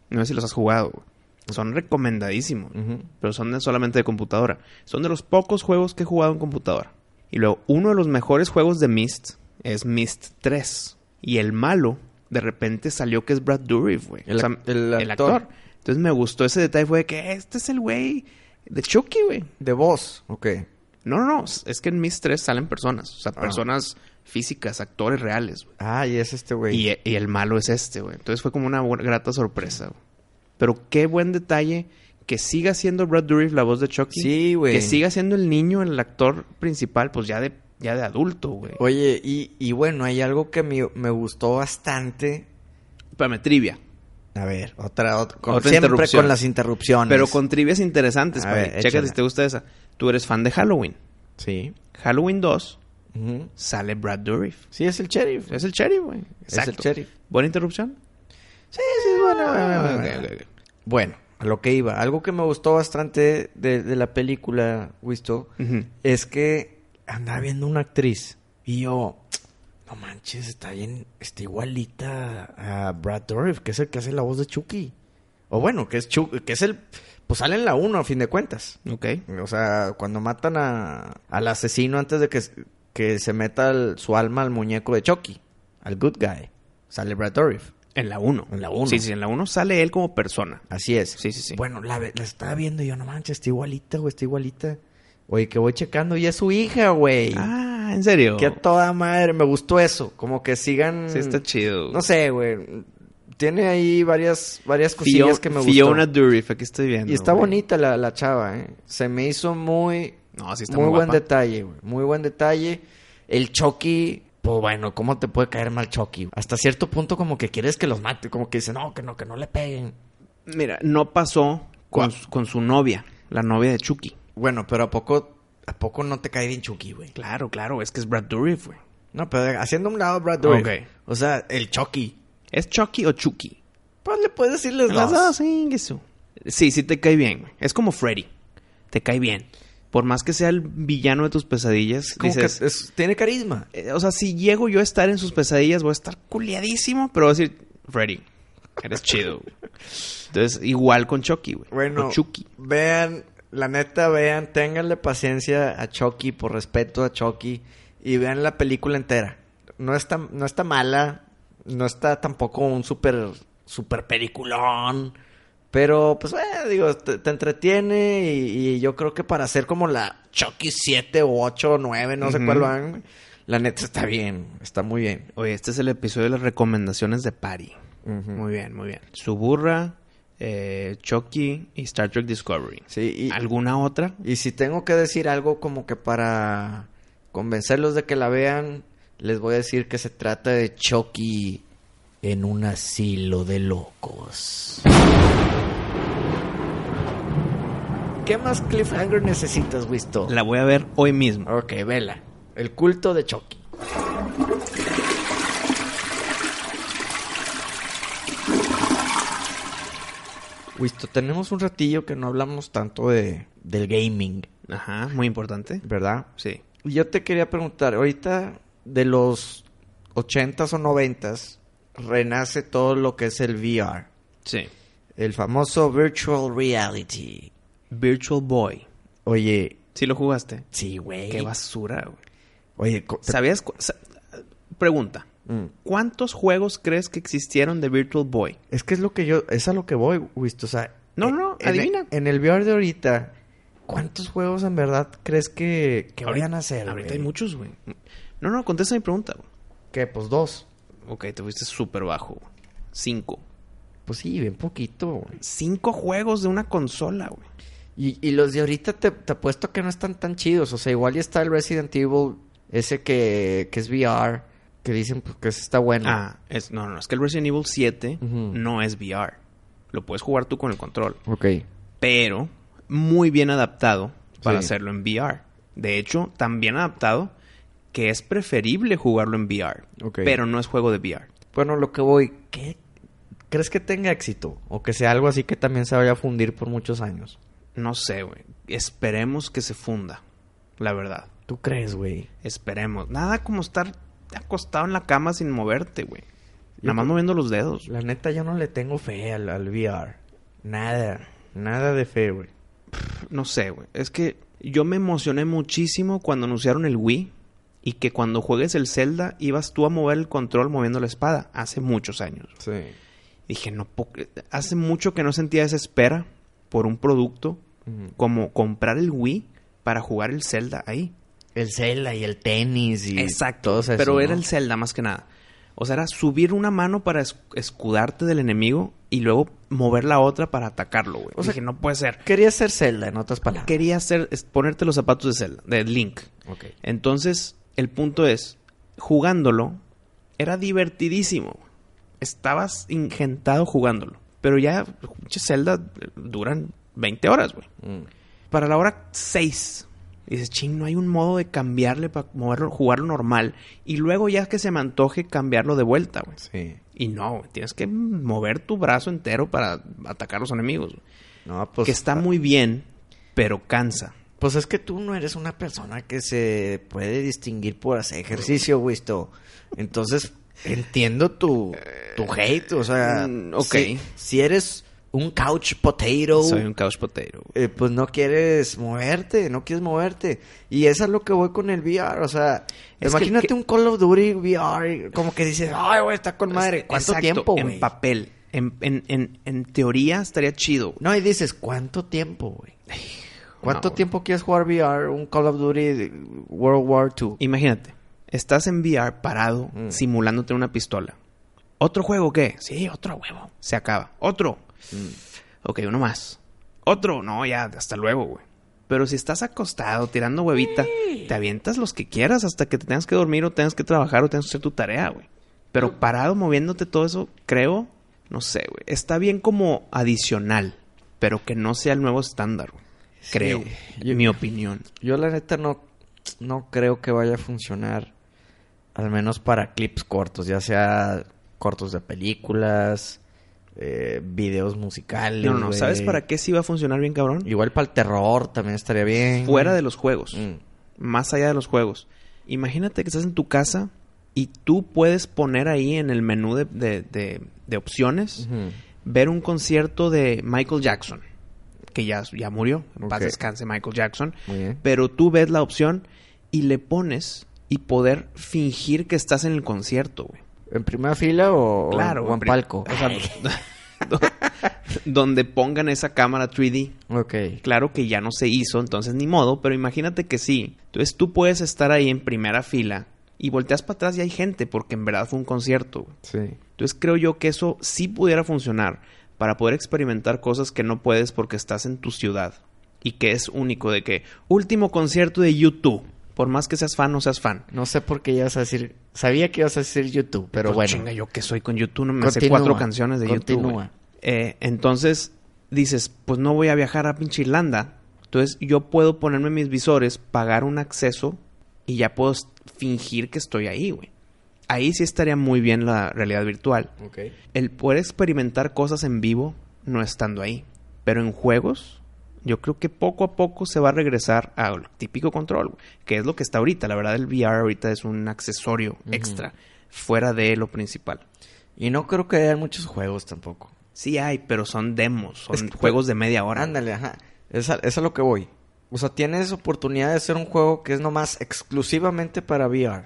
Speaker 3: No sé si los has jugado. güey. Son recomendadísimos,
Speaker 1: Ujú.
Speaker 3: pero son de- solamente de computadora. Son de los pocos juegos que he jugado en computadora. Y luego, uno de los mejores juegos de Myst es Myst 3. Y el malo, de repente salió que es Brad Dourif, güey.
Speaker 1: El ac- el actor.
Speaker 3: Entonces me gustó ese detalle, fue de que este es el güey de Chucky, güey.
Speaker 1: De voz, ok.
Speaker 3: No, no, no. Es que en Mis 3 salen personas. O sea,
Speaker 1: Ah.
Speaker 3: personas físicas, actores reales. güey.
Speaker 1: Ah, y es este güey.
Speaker 3: Y, eh. y el malo es este, güey. Entonces fue como una bu- grata sorpresa. güey. Pero qué buen detalle que siga siendo Brad Dourif la voz de Chucky.
Speaker 1: Sí, güey.
Speaker 3: Que siga siendo el niño, el actor principal, pues ya de, ya de adulto, güey.
Speaker 1: Oye, y, y bueno, hay algo que me, me gustó bastante.
Speaker 3: Espérame, trivia.
Speaker 1: A ver, otra, ot- con-
Speaker 3: Otra
Speaker 1: siempre
Speaker 3: interrupción.
Speaker 1: con las interrupciones.
Speaker 3: Pero con trivias interesantes,
Speaker 1: A
Speaker 3: para
Speaker 1: ver,
Speaker 3: Chécate
Speaker 1: échala.
Speaker 3: si te gusta esa. Tú eres fan de Halloween.
Speaker 1: Sí.
Speaker 3: Halloween 2
Speaker 1: Ujú.
Speaker 3: sale Brad Dourif.
Speaker 1: Sí, es el sheriff.
Speaker 3: Es el sheriff, güey.
Speaker 1: Es el sheriff.
Speaker 3: ¿Buena interrupción?
Speaker 1: Sí, sí, bueno.
Speaker 3: Ah,
Speaker 1: bueno,
Speaker 3: ok,
Speaker 1: bueno.
Speaker 3: ok, ok.
Speaker 1: Bueno, a lo que iba. Algo que me gustó bastante de, de la película, Wisto,
Speaker 3: Ujú.
Speaker 1: es que andaba viendo una actriz y yo, no manches, está bien, está igualita a Brad Dourif, que es el que hace la voz de Chucky. O bueno, que es Chucky, que es el, pues sale en la 1 a fin de cuentas.
Speaker 3: Ok.
Speaker 1: O sea, cuando matan a, al asesino antes de que, s- que se meta el- su alma al muñeco de Chucky, al good guy, sale Brad Dourif.
Speaker 3: En la 1.
Speaker 1: En la uno.
Speaker 3: Sí, sí, en la 1 sale él como persona.
Speaker 1: Así es.
Speaker 3: Sí, sí, sí.
Speaker 1: Bueno, la, ve- la estaba viendo y yo, no manches, está igualita, güey, está igualita. Oye, que voy checando y es su hija, güey.
Speaker 3: Ah, ¿en serio?
Speaker 1: Que a toda madre, me gustó eso. Como que sigan...
Speaker 3: Sí, está chido.
Speaker 1: No sé, güey. Tiene ahí varias, varias
Speaker 3: Fio-
Speaker 1: cosillas que me gustó.
Speaker 3: Fiona Durif, aquí estoy viendo.
Speaker 1: Y está
Speaker 3: güey.
Speaker 1: bonita la, la chava, ¿eh? Se me hizo muy...
Speaker 3: No, sí está
Speaker 1: muy,
Speaker 3: muy
Speaker 1: buen
Speaker 3: guapa.
Speaker 1: detalle, güey. Muy buen detalle. El Chucky... Pues bueno, ¿cómo te puede caer mal Chucky? Hasta cierto punto como que quieres que los mate. Como que dice, no, que no, que no le peguen.
Speaker 3: Mira, no pasó con,
Speaker 1: ¿Cuál?
Speaker 3: su- con su novia, la novia de Chucky.
Speaker 1: Bueno, pero ¿a poco, ¿a poco no te cae bien Chucky, güey?
Speaker 3: Claro, claro, es que es Brad Dourif, güey.
Speaker 1: No, pero haciendo un lado Brad Dourif.
Speaker 3: Ok.
Speaker 1: O sea, el Chucky.
Speaker 3: ¿Es Chucky o Chucky?
Speaker 1: Pues le puedes decir las
Speaker 3: Las
Speaker 1: dos.
Speaker 3: dos, Ah, sí, eso. Sí, sí te cae bien, güey. Es como Freddy. Te cae bien. Por más que sea el villano de tus pesadillas,
Speaker 1: Como
Speaker 3: dices,
Speaker 1: que es- tiene carisma.
Speaker 3: Eh, O sea, si llego yo a estar en sus pesadillas, voy a estar culiadísimo, pero voy a decir, Freddy, eres chido. güey". Entonces, igual con Chucky, güey.
Speaker 1: Bueno,
Speaker 3: O Chucky.
Speaker 1: vean, la neta, vean, ténganle paciencia a Chucky, por respeto a Chucky, y vean la película entera. No está, no está mala, no está tampoco un super, super peliculón, pero pues, eh, digo, te, te entretiene y, y yo creo que para hacer como la Chucky 7 o 8 o 9, no sé
Speaker 3: Ujú.
Speaker 1: cuál van, la neta está bien, está muy bien.
Speaker 3: Oye, este es el episodio de las recomendaciones de Pari. Muy bien, muy bien. Suburra, eh, Chucky y Star Trek Discovery.
Speaker 1: Sí, y-
Speaker 3: ¿Alguna otra?
Speaker 1: Y si tengo que decir algo como que para convencerlos de que la vean, les voy a decir que se trata de Chucky en un asilo de locos. ¿Qué más cliffhanger necesitas, Wisto?
Speaker 3: La voy a ver hoy mismo.
Speaker 1: Ok, vela. El culto de Chucky. Wisto, tenemos un ratillo que no hablamos tanto de, del gaming,
Speaker 3: Ajá, muy importante.
Speaker 1: Oh. ¿verdad?
Speaker 3: Sí.
Speaker 1: Yo te quería preguntar, ahorita de los 80s o 90s renace todo lo que es el VR,
Speaker 3: Sí.
Speaker 1: el famoso virtual reality.
Speaker 3: Virtual Boy.
Speaker 1: Oye,
Speaker 3: ¿Sí lo jugaste?
Speaker 1: sí, güey.
Speaker 3: Qué basura, güey.
Speaker 1: Oye, co- te-
Speaker 3: ¿Sabías? cu- sa- Pregunta.
Speaker 1: Mm.
Speaker 3: ¿Cuántos juegos crees que existieron de Virtual Boy?
Speaker 1: es que es lo que yo, es a lo que voy, Wisto, o sea,
Speaker 3: No,
Speaker 1: en-
Speaker 3: no,
Speaker 1: en, e-,
Speaker 3: adivina.
Speaker 1: En el VR de ahorita, ¿cuántos juegos en verdad crees que, que
Speaker 3: Ahorita-
Speaker 1: vayan a hacer?
Speaker 3: Ahorita
Speaker 1: güey?
Speaker 3: hay muchos, güey. No, no, contesta mi pregunta. güey.
Speaker 1: ¿Qué? Pues dos.
Speaker 3: Ok, te fuiste súper bajo. güey. Cinco.
Speaker 1: Pues sí, bien poquito, güey.
Speaker 3: Cinco juegos de una consola, güey.
Speaker 1: Y, y los de ahorita te, te apuesto que no están tan chidos. O sea, igual ya está el Resident Evil Ese que, que es VR, que dicen pues, que ese está bueno.
Speaker 3: Ah, es, no, no, es que el Resident Evil 7
Speaker 1: Ujú.
Speaker 3: no es VR. Lo puedes jugar tú con el control,
Speaker 1: Ok.
Speaker 3: pero muy bien adaptado para
Speaker 1: Sí.
Speaker 3: hacerlo en VR. De hecho, tan bien adaptado que es preferible jugarlo en VR,
Speaker 1: Ok.
Speaker 3: pero no es juego de VR.
Speaker 1: Bueno, lo que voy, ¿qué? ¿Crees que tenga éxito? O que sea algo así que también se vaya a fundir por muchos años.
Speaker 3: No sé, güey. Esperemos que se funda, la verdad.
Speaker 1: ¿Tú crees, güey?
Speaker 3: Esperemos. Nada como estar acostado en la cama sin moverte, güey.
Speaker 1: Yo
Speaker 3: Nada más
Speaker 1: creo-
Speaker 3: moviendo los dedos.
Speaker 1: La neta, yo no le tengo fe al, al VR. Nada. Nada de fe, güey.
Speaker 3: No sé, güey. Es que yo me emocioné muchísimo cuando anunciaron el Wii y que cuando juegues el Zelda ibas tú a mover el control moviendo la espada. Hace muchos años.
Speaker 1: Sí.
Speaker 3: Dije, no, puedo cre- hace mucho que no sentía esa espera por un producto como comprar el Wii para jugar el Zelda ahí.
Speaker 1: El Zelda y el tenis y
Speaker 3: Exacto.
Speaker 1: todos esos,
Speaker 3: pero era
Speaker 1: ¿no?
Speaker 3: el Zelda más que nada. O sea, era subir una mano para es- escudarte del enemigo y luego mover la otra para atacarlo, güey.
Speaker 1: O sea,
Speaker 3: Dije, no puede ser.
Speaker 1: Quería ser Zelda, en otras palabras.
Speaker 3: Quería hacer es ponerte los zapatos de Zelda, de Link.
Speaker 1: Ok.
Speaker 3: Entonces, el punto es, jugándolo, era divertidísimo. Estabas ingentado jugándolo. Pero ya, pinche Zelda eh, duran 20 horas, güey.
Speaker 1: Mm,
Speaker 3: Para la hora 6, dices, ching, no hay un modo de cambiarle para moverlo, jugarlo normal. Y luego ya que se me antoje cambiarlo de vuelta, güey.
Speaker 1: Sí.
Speaker 3: Y no, güey, tienes que mover tu brazo entero para atacar a los enemigos. güey.
Speaker 1: No, pues.
Speaker 3: que está muy bien, pero cansa.
Speaker 1: Pues es que tú no eres una persona que se puede distinguir por hacer ejercicio, Wisto. Entonces, entiendo tu, tu hate. O sea,
Speaker 3: Mm, ok.
Speaker 1: si, si eres un couch potato,
Speaker 3: Soy un couch potato. güey.
Speaker 1: eh, pues no quieres moverte, no quieres moverte. Y eso es lo que voy con el VR. O sea,
Speaker 3: Es que-
Speaker 1: imagínate
Speaker 3: que-
Speaker 1: un Call of Duty VR, como que dices, ay, güey, está con madre. ¿Cuánto
Speaker 3: Exacto,
Speaker 1: tiempo, güey?
Speaker 3: En papel. En, en- en- en teoría estaría chido. güey.
Speaker 1: No, y dices, ¿cuánto tiempo, güey? ¿Cuánto
Speaker 3: No,
Speaker 1: tiempo quieres jugar VR? Un Call of Duty de World War II.
Speaker 3: Imagínate, estás en VR parado,
Speaker 1: Mm.
Speaker 3: simulándote una pistola. ¿Otro juego o qué? Sí, otro huevo. Se acaba. Otro.
Speaker 1: Mm,
Speaker 3: Ok, uno más. Otro. No, ya, hasta luego, güey. Pero si estás acostado tirando huevita, te avientas los que quieras hasta que te tengas que dormir o tengas que trabajar o tengas que hacer tu tarea, güey. Pero parado moviéndote todo eso, creo, no sé, güey. Está bien como adicional, pero que no sea el nuevo estándar, güey. Creo.
Speaker 1: yo-
Speaker 3: mi opinión.
Speaker 1: Yo la neta no, no creo que vaya a funcionar. Al menos para clips cortos, ya sea cortos de películas, eh, videos musicales.
Speaker 3: No, no, no.
Speaker 1: güey.
Speaker 3: ¿Sabes para qué sí va a funcionar bien, cabrón?
Speaker 1: Igual para el terror también estaría bien.
Speaker 3: Fuera de los juegos.
Speaker 1: Mm.
Speaker 3: Más allá de los juegos. Imagínate que estás en tu casa y tú puedes poner ahí en el menú de, de- de- de opciones
Speaker 1: Ujú.
Speaker 3: ver un concierto de Michael Jackson. Que ya, ya murió. En paz
Speaker 1: Ok.
Speaker 3: descanse Michael Jackson.
Speaker 1: Muy bien.
Speaker 3: Pero tú ves la opción y le pones y poder fingir que estás en el concierto, güey.
Speaker 1: ¿En primera fila o, o
Speaker 3: Claro.
Speaker 1: en, o en
Speaker 3: pri-
Speaker 1: palco?
Speaker 3: o sea, do- donde pongan esa cámara 3D
Speaker 1: ok.
Speaker 3: Claro que ya no se hizo, entonces ni modo, pero imagínate que sí. Entonces tú puedes estar ahí en primera fila y volteas para atrás y hay gente porque en verdad fue un concierto. güey.
Speaker 1: Sí.
Speaker 3: Entonces creo yo que eso sí pudiera funcionar para poder experimentar cosas que no puedes porque estás en tu ciudad y que es único de que último concierto de YouTube. Por más que seas fan, no seas fan.
Speaker 1: No sé por qué ibas a decir. Sabía que ibas a decir YouTube, pero
Speaker 3: Pues,
Speaker 1: bueno.
Speaker 3: Chinga, yo que soy con YouTube, no me sé
Speaker 1: Continúa,
Speaker 3: cuatro canciones de YouTube. güey.
Speaker 1: continúa.
Speaker 3: Eh, entonces dices, pues no voy a viajar a pinche Irlanda. Entonces yo puedo ponerme mis visores, pagar un acceso y ya puedo s- fingir que estoy ahí, güey. Ahí sí estaría muy bien la realidad virtual. El poder experimentar cosas en vivo no estando ahí. Pero en juegos, yo creo que poco a poco se va a regresar al típico control, güey, que es lo que está ahorita. La verdad, el VR ahorita es un accesorio extra, fuera de lo principal.
Speaker 1: Y no creo que haya muchos juegos tampoco.
Speaker 3: Sí hay, pero son demos, son
Speaker 1: Es que-
Speaker 3: juegos de media hora.
Speaker 1: Ándale, ajá. Es a, es a lo que voy. O sea, tienes oportunidad de hacer un juego que es nomás exclusivamente para VR.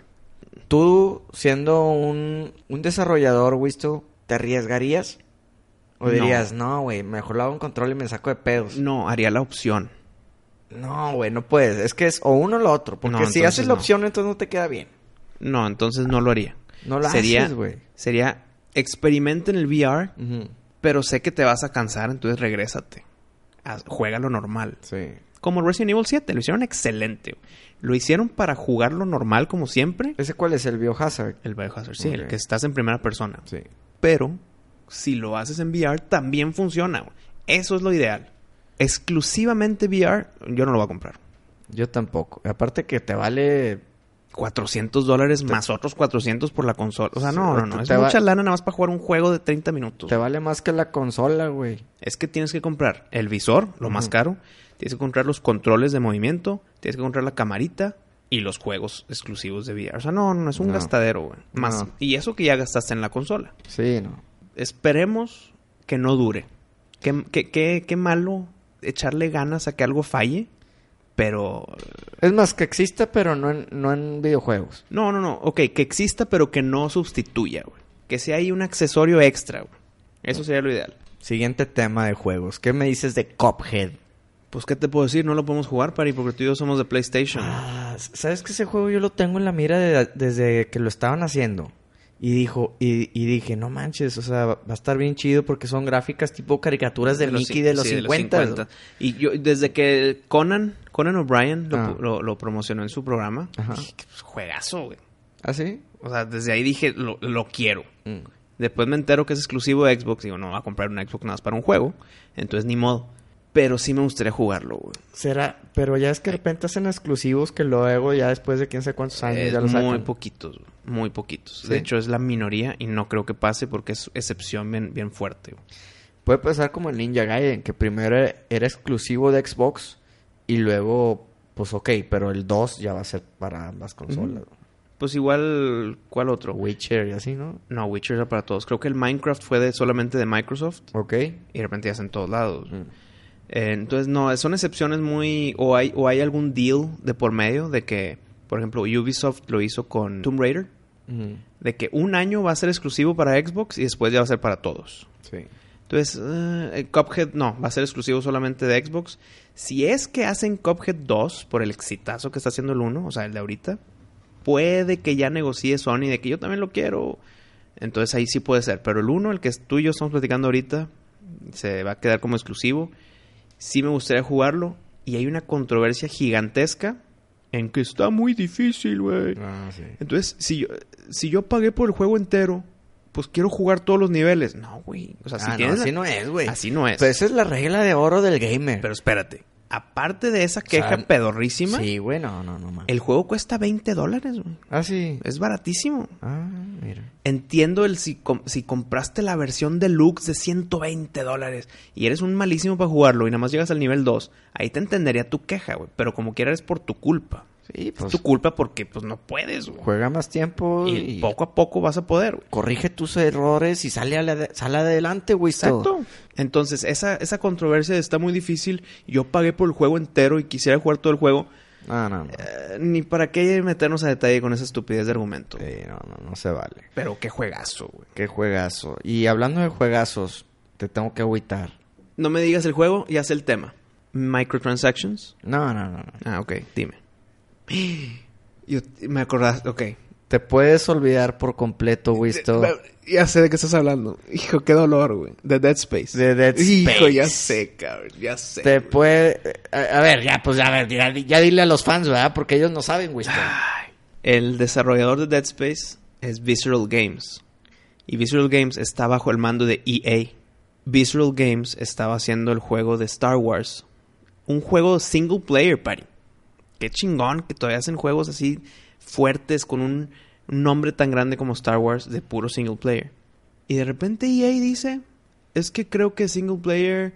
Speaker 1: Tú, siendo un, un desarrollador, Wisto, ¿te arriesgarías? ¿O
Speaker 3: No.
Speaker 1: dirías, no, güey, mejor lo hago en control y me saco de pedos?
Speaker 3: No, haría la opción.
Speaker 1: No, güey, no puedes. Es que es o uno o lo otro. Porque
Speaker 3: No,
Speaker 1: si
Speaker 3: entonces
Speaker 1: haces la
Speaker 3: no.
Speaker 1: opción, entonces no te queda bien.
Speaker 3: No, entonces no lo haría.
Speaker 1: No la
Speaker 3: sería,
Speaker 1: haces, güey.
Speaker 3: Sería, experimenta en el VR, pero sé que te vas a cansar, entonces regrésate. Haz- juega lo normal.
Speaker 1: Sí.
Speaker 3: Como Resident Evil 7, lo hicieron excelente. güey. Lo hicieron para jugarlo normal como siempre.
Speaker 1: ¿Ese cuál es? El Biohazard.
Speaker 3: El Biohazard, sí, el
Speaker 1: Ok.
Speaker 3: que estás en primera persona.
Speaker 1: Sí.
Speaker 3: Pero si lo haces en VR, también funciona. güey. Eso es lo ideal. Exclusivamente VR, yo no lo voy a comprar.
Speaker 1: Yo tampoco. Aparte que te vale...
Speaker 3: 400 dólares más otros 400 por la consola. O sea,
Speaker 1: Sí,
Speaker 3: no, no,
Speaker 1: te-
Speaker 3: no. Es
Speaker 1: te va-
Speaker 3: mucha lana nada más para jugar un juego de 30 minutos.
Speaker 1: Te vale más que la consola, güey.
Speaker 3: Es que tienes que comprar el visor, lo más
Speaker 1: Ujú.
Speaker 3: caro. Tienes que comprar los controles de movimiento. Tienes que comprar la camarita y los juegos exclusivos de VR. O sea, no, no, es un
Speaker 1: No.
Speaker 3: gastadero, güey. Más.
Speaker 1: No.
Speaker 3: Y eso que ya gastaste en la consola.
Speaker 1: Sí, no.
Speaker 3: Esperemos que no dure. Qué, qué- qué- qué malo echarle ganas a que algo falle. Pero.
Speaker 1: Es más, que exista, pero no en, no en videojuegos.
Speaker 3: No, no, no. Ok, que exista, pero que no sustituya, güey. Que sea ahí un accesorio extra, güey. Eso sería lo ideal.
Speaker 1: Siguiente tema de juegos. ¿Qué me dices de Cuphead?
Speaker 3: Pues, ¿qué te puedo decir? No lo podemos jugar, Pari, porque tú y yo somos de PlayStation.
Speaker 1: Ah, ¿sabes que ese juego yo lo tengo en la mira de- desde que lo estaban haciendo? Y dijo, y, y dije, no manches, o sea, va a estar bien chido porque son gráficas tipo caricaturas de,
Speaker 3: los
Speaker 1: Mickey
Speaker 3: cin-
Speaker 1: de los
Speaker 3: sí,
Speaker 1: 50.
Speaker 3: Y yo, desde que Conan, Conan O'Brien lo,
Speaker 1: Ah.
Speaker 3: pu- lo- lo promocionó en su programa,
Speaker 1: Ajá.
Speaker 3: dije, "Qué juegazo, güey.
Speaker 1: ¿Ah, sí?
Speaker 3: O sea, desde ahí dije, lo, lo quiero.
Speaker 1: Mm.
Speaker 3: Después me entero que es exclusivo de Xbox. Digo, no, va a comprar un Xbox nada más para un juego. Entonces, ni modo. Pero sí me gustaría jugarlo, güey.
Speaker 1: Será, pero ya es que de repente hacen exclusivos que luego ya después de quién sabe cuántos años
Speaker 3: Es
Speaker 1: Ah, ya lo
Speaker 3: muy
Speaker 1: sacan.
Speaker 3: poquitos, güey, muy poquitos.
Speaker 1: Sí.
Speaker 3: De hecho, es la minoría y no creo que pase porque es excepción bien, bien fuerte. güey.
Speaker 1: Puede pasar como el Ninja Gaiden, que primero era, era exclusivo de Xbox y luego, pues ok, pero el 2 ya va a ser para ambas consolas.
Speaker 3: Pues igual, ¿cuál otro?
Speaker 1: Witcher y así, ¿no?
Speaker 3: No, Witcher era para todos. Creo que el Minecraft fue de- solamente de Microsoft.
Speaker 1: Ok.
Speaker 3: y de repente ya está en todos lados.
Speaker 1: Mm.
Speaker 3: Eh, entonces, no, son excepciones muy... O hay, o hay algún deal de por medio de que, por ejemplo, Ubisoft lo hizo con Tomb Raider,
Speaker 1: Mm.
Speaker 3: de que un año va a ser exclusivo para Xbox y después ya va a ser para todos.
Speaker 1: Sí.
Speaker 3: Entonces, eh, el Cuphead no, va a ser exclusivo solamente de Xbox. Si es que hacen Cuphead 2 por el exitazo que está haciendo el 1, o sea, el de ahorita, puede que ya negocie Sony de que yo también lo quiero. Entonces ahí sí puede ser. Pero el 1, el que tú y yo estamos platicando ahorita, se va a quedar como exclusivo. Sí me gustaría jugarlo. Y hay una controversia gigantesca en que está muy difícil, güey.
Speaker 1: Ah, sí.
Speaker 3: Entonces, si yo, eh, si yo pagué por el juego entero, pues quiero jugar todos los niveles. No, güey. O sea, si
Speaker 1: Ah, no,
Speaker 3: tienes la-
Speaker 1: así no es, güey. pues,
Speaker 3: Así no es.
Speaker 1: Pero esa es la regla de oro del gamer.
Speaker 3: Pero espérate. Aparte de esa
Speaker 1: sea,
Speaker 3: queja pedorrísima,
Speaker 1: sí, güey, no, no, no, man.
Speaker 3: el juego cuesta 20 dólares, güey.
Speaker 1: Ah, sí.
Speaker 3: Es baratísimo.
Speaker 1: Ah, mira.
Speaker 3: Entiendo el si, com- si compraste la versión deluxe de 120 dólares y eres un malísimo para jugarlo y nada más llegas al nivel 2, ahí te entendería tu queja, güey. Pero como quiera es por tu culpa.
Speaker 1: Sí, pues,
Speaker 3: es tu culpa porque pues no puedes, güey.
Speaker 1: juega más tiempo
Speaker 3: Y
Speaker 1: y,
Speaker 3: poco a poco vas a poder, güey.
Speaker 1: corrige tus errores y sale, a la- sale adelante, güey. todo.
Speaker 3: Entonces, esa, esa controversia está muy difícil. Yo pagué por el juego entero y quisiera jugar todo el juego.
Speaker 1: Ah, no, no.
Speaker 3: Eh, ni para qué meternos a detalle con esa estupidez de argumento.
Speaker 1: Sí, no, no, no se vale.
Speaker 3: Pero qué juegazo, güey.
Speaker 1: Qué juegazo. Y hablando de juegazos, te tengo que agüitar.
Speaker 3: No me digas el juego, ya sé el tema. Microtransactions.
Speaker 1: No, no, no, no.
Speaker 3: Ah, ok, dime. Yo- me acordaste, ok.
Speaker 1: Te puedes olvidar por completo, Wisto.
Speaker 3: Ya sé de qué estás hablando. Hijo, qué dolor, güey. De Dead Space.
Speaker 1: De Dead
Speaker 3: Hijo,
Speaker 1: Space.
Speaker 3: ya sé, cabrón. Ya sé.
Speaker 1: Te
Speaker 3: güey.
Speaker 1: puede... A, a ver, ya, pues, a ver, ya, ya dile a los fans, ¿verdad? Porque ellos no saben, Wisto.
Speaker 3: Ay. El desarrollador de Dead Space es Visceral Games. Y Visceral Games está bajo el mando de EA. Visceral Games estaba haciendo el juego de Star Wars. Un juego single player, party. Qué chingón que todavía hacen juegos así fuertes con un nombre tan grande como Star Wars de puro single player. Y de repente EA dice, es que creo que single player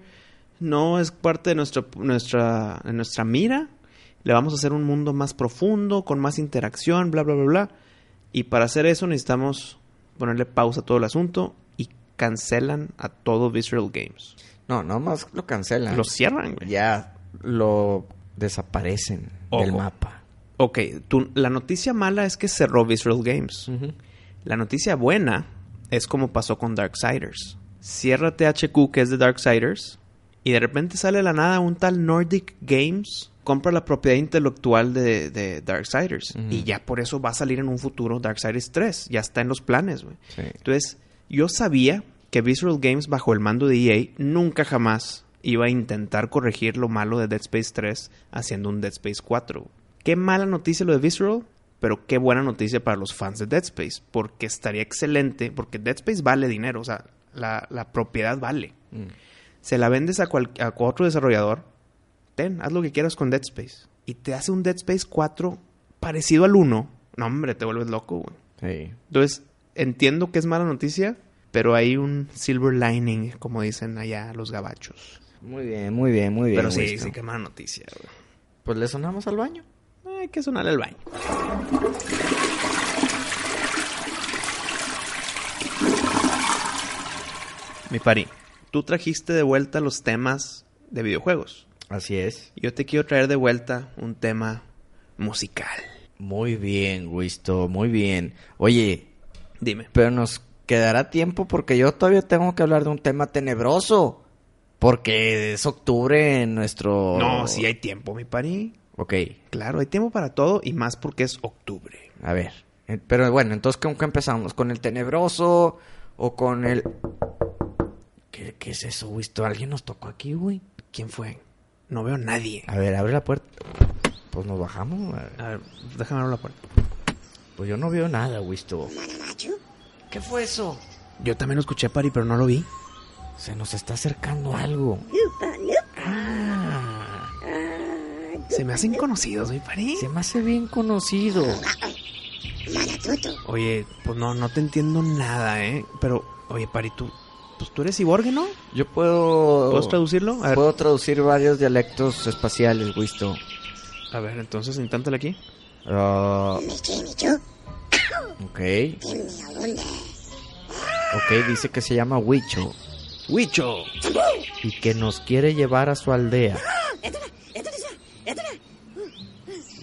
Speaker 3: no es parte de nuestra, nuestra, de nuestra mira. Le vamos a hacer un mundo más profundo, con más interacción, bla, bla, bla, bla. Y para hacer eso necesitamos ponerle pausa a todo el asunto y cancelan a todo Visceral Games.
Speaker 1: No, nomás lo cancelan.
Speaker 3: Lo cierran, güey.
Speaker 1: Ya lo desaparecen del
Speaker 3: Ojo.
Speaker 1: mapa.
Speaker 3: Ok, tú- la noticia mala es que cerró Visceral Games. La noticia buena es como pasó con Darksiders. Cierra THQ, que es de Darksiders, y de repente sale de la nada un tal Nordic Games, compra la propiedad intelectual de, de Darksiders.
Speaker 1: Ujú.
Speaker 3: Y ya por eso va a salir en un futuro Darksiders 3. Ya está en los planes, güey.
Speaker 1: Sí.
Speaker 3: Entonces, yo sabía que Visceral Games, bajo el mando de EA, E nunca jamás iba a intentar corregir lo malo de Dead Space 3 haciendo un Dead Space 4. Qué mala noticia lo de Visceral, pero qué buena noticia para los fans de Dead Space, porque estaría excelente, porque Dead Space vale dinero, o sea, la, la propiedad vale.
Speaker 1: Mm.
Speaker 3: Se la vendes a, cual- a otro desarrollador, ten, haz lo que quieras con Dead Space, y te hace un Dead Space 4 parecido al 1, no hombre, te vuelves loco, güey.
Speaker 1: Sí.
Speaker 3: Entonces, entiendo que es mala noticia, pero hay un silver lining, como dicen allá los gabachos.
Speaker 1: Muy bien, muy bien, muy bien.
Speaker 3: pero sí,
Speaker 1: Winston.
Speaker 3: sí, que mala noticia, güey.
Speaker 1: Pues le sonamos al baño.
Speaker 3: Hay que sonar el baño. Mi pari, tú trajiste de vuelta los temas de videojuegos.
Speaker 1: Así es.
Speaker 3: Yo te quiero traer de vuelta un tema musical.
Speaker 1: Muy bien, Wisto, muy bien. Oye,
Speaker 3: Dime.
Speaker 1: pero nos quedará tiempo porque yo todavía tengo que hablar de un tema tenebroso. Porque es octubre en nuestro...
Speaker 3: No, si hay tiempo, mi pari.
Speaker 1: Ok,
Speaker 3: Claro, hay tiempo para todo y más porque es octubre.
Speaker 1: a ver. Eh, Pero bueno, entonces ¿con qué empezamos? ¿Con el tenebroso o con el... ¿Qué, qué es eso, Wisto? ¿Alguien nos tocó aquí, güey?
Speaker 3: ¿Quién fue? No veo a nadie.
Speaker 1: A ver, abre la puerta. Pues nos bajamos. a ver.
Speaker 3: A ver, déjame abrir la puerta.
Speaker 1: Pues yo no veo nada, Wisto. ¿Qué fue eso?
Speaker 3: Yo también lo escuché, Pari, pero no lo vi.
Speaker 1: Se nos está acercando algo. Ah,
Speaker 3: Se me hacen conocidos, mi Pari.
Speaker 1: se me hace bien conocido.
Speaker 3: Oye, pues no, no te entiendo nada, ¿eh? Pero, oye, Pari, tú, pues tú eres ciborgue, ¿no?
Speaker 1: Yo puedo...
Speaker 3: ¿Puedes traducirlo? A ver,
Speaker 1: Puedo traducir varios dialectos espaciales, Wisto.
Speaker 3: a ver entonces inténtale aquí.
Speaker 1: Ah, ok. Ok, dice que se llama Wicho
Speaker 3: ¡Huicho!
Speaker 1: y que nos quiere llevar a su aldea.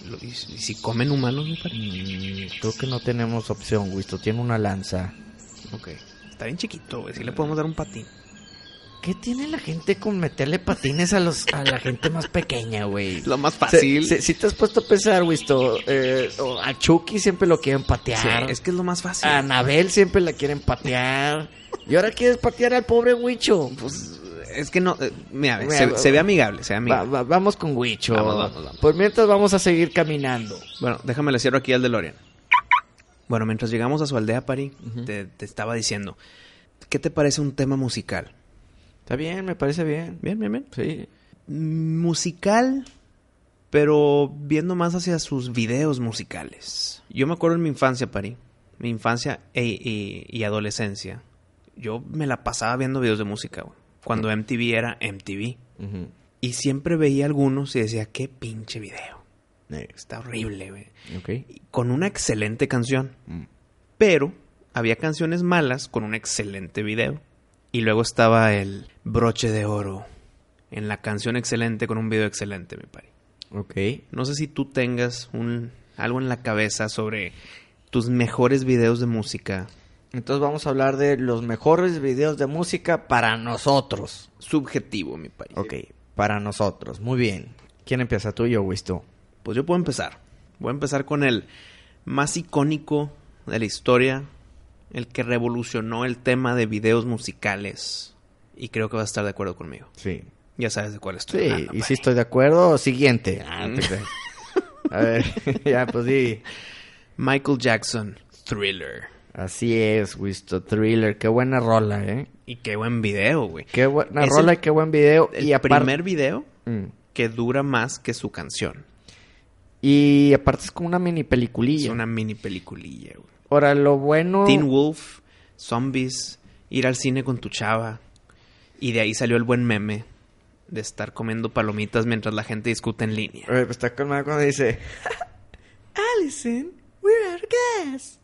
Speaker 3: Lo- ¿Y, si- y si comen humanos, mi Pari?
Speaker 1: Mm, creo que no tenemos opción, Wisto. Tiene una lanza.
Speaker 3: Ok. Está bien chiquito, güey. Sí le podemos dar un patín.
Speaker 1: ¿Qué tiene la gente con meterle patines a los a la gente más pequeña, güey?
Speaker 3: Lo más
Speaker 1: Si
Speaker 3: fácil.
Speaker 1: te has puesto a pensar, Wisto, eh, o a Chucky siempre lo quieren
Speaker 3: Sí,
Speaker 1: patear.
Speaker 3: es que es lo más fácil.
Speaker 1: A Anabel siempre la quieren patear. Y ahora quieres patear al pobre Wicho.
Speaker 3: Pues, es que no... eh, mira,
Speaker 1: Mira,
Speaker 3: se,
Speaker 1: va-
Speaker 3: se ve amigable, se ve
Speaker 1: Va-
Speaker 3: amigable.
Speaker 1: va- vamos con Wicho.
Speaker 3: Vamos, vamos, vamos.
Speaker 1: Pues mientras vamos a seguir caminando.
Speaker 3: Bueno, déjame le cierro aquí al DeLorean. Bueno, mientras llegamos a su aldea, Pari, te, te estaba diciendo, ¿qué te parece un tema musical?
Speaker 1: Está bien, me parece bien.
Speaker 3: Bien, bien, bien.
Speaker 1: Sí.
Speaker 3: Mm, Musical, pero viendo más hacia sus videos musicales. Yo me acuerdo en mi infancia, Pari, mi infancia e- y, y adolescencia, yo me la pasaba viendo videos de música, güey. Cuando MTV era MTV. Y siempre veía algunos y decía, qué pinche video. Está horrible, güey.
Speaker 1: Ok.
Speaker 3: Con una excelente canción.
Speaker 1: Mm.
Speaker 3: Pero había canciones malas con un excelente video. Y luego estaba el broche de oro en la canción excelente con un video excelente, me pare.
Speaker 1: Ok.
Speaker 3: No sé si tú tengas un algo en la cabeza sobre tus mejores videos de música,
Speaker 1: Entonces vamos a hablar de los mejores videos de música para nosotros.
Speaker 3: subjetivo, mi pari.
Speaker 1: Ok, para nosotros. Muy bien. ¿Quién empieza tú y yo, Wisto?
Speaker 3: Pues yo puedo empezar. Voy a empezar con el más icónico de la historia, el que revolucionó el tema de videos musicales y creo que vas a estar de acuerdo conmigo.
Speaker 1: Sí.
Speaker 3: Ya sabes de cuál estoy
Speaker 1: Sí,
Speaker 3: hablando,
Speaker 1: y si
Speaker 3: padre.
Speaker 1: estoy de acuerdo, siguiente.
Speaker 3: Mm.
Speaker 1: Ah, no te creas. a ver, ya, pues sí.
Speaker 3: Michael Jackson, Thriller.
Speaker 1: Así es, Wisto Thriller. Qué buena rola, ¿eh?
Speaker 3: Y qué buen video, güey.
Speaker 1: Qué buena
Speaker 3: Es
Speaker 1: rola
Speaker 3: el-
Speaker 1: y qué buen video.
Speaker 3: El
Speaker 1: y aparte...
Speaker 3: primer video
Speaker 1: Mm.
Speaker 3: que dura más que su canción.
Speaker 1: Y aparte es como una mini peliculilla.
Speaker 3: Es una mini peliculilla, güey.
Speaker 1: Ahora, lo bueno...
Speaker 3: Teen Wolf, Zombies, ir al cine con tu chava. Y de ahí salió el buen meme de estar comiendo palomitas mientras la gente discute en línea.
Speaker 1: Eh, pues, está con madre cuando dice... Allison, we're out of gas.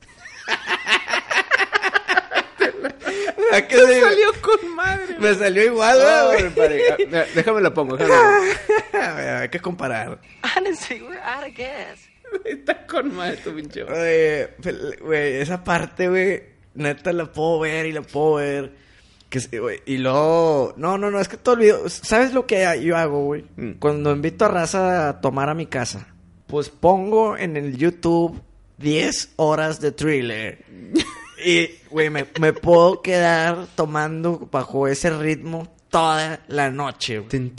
Speaker 1: ¿A qué se-
Speaker 3: con madre.
Speaker 1: Me salió igual,
Speaker 3: Ah,
Speaker 1: güey.
Speaker 3: bueno, pare, ah, Déjame lo pongo. déjame lo pongo. A ver, Hay que comparar.
Speaker 2: Honestly, we're out of gas.
Speaker 3: Está con madre tu pinche.
Speaker 1: Oye, pel- güey, esa parte, güey, neta la puedo ver y la puedo ver. Que, sí, güey, y luego, no, no, no, es que todo el video, ¿sabes lo que yo hago, güey?
Speaker 3: Mm.
Speaker 1: Cuando invito a raza a tomar a mi casa, pues pongo en el YouTube 10 horas de thriller. Y, güey, me, me puedo quedar tomando bajo ese ritmo toda la noche. güey.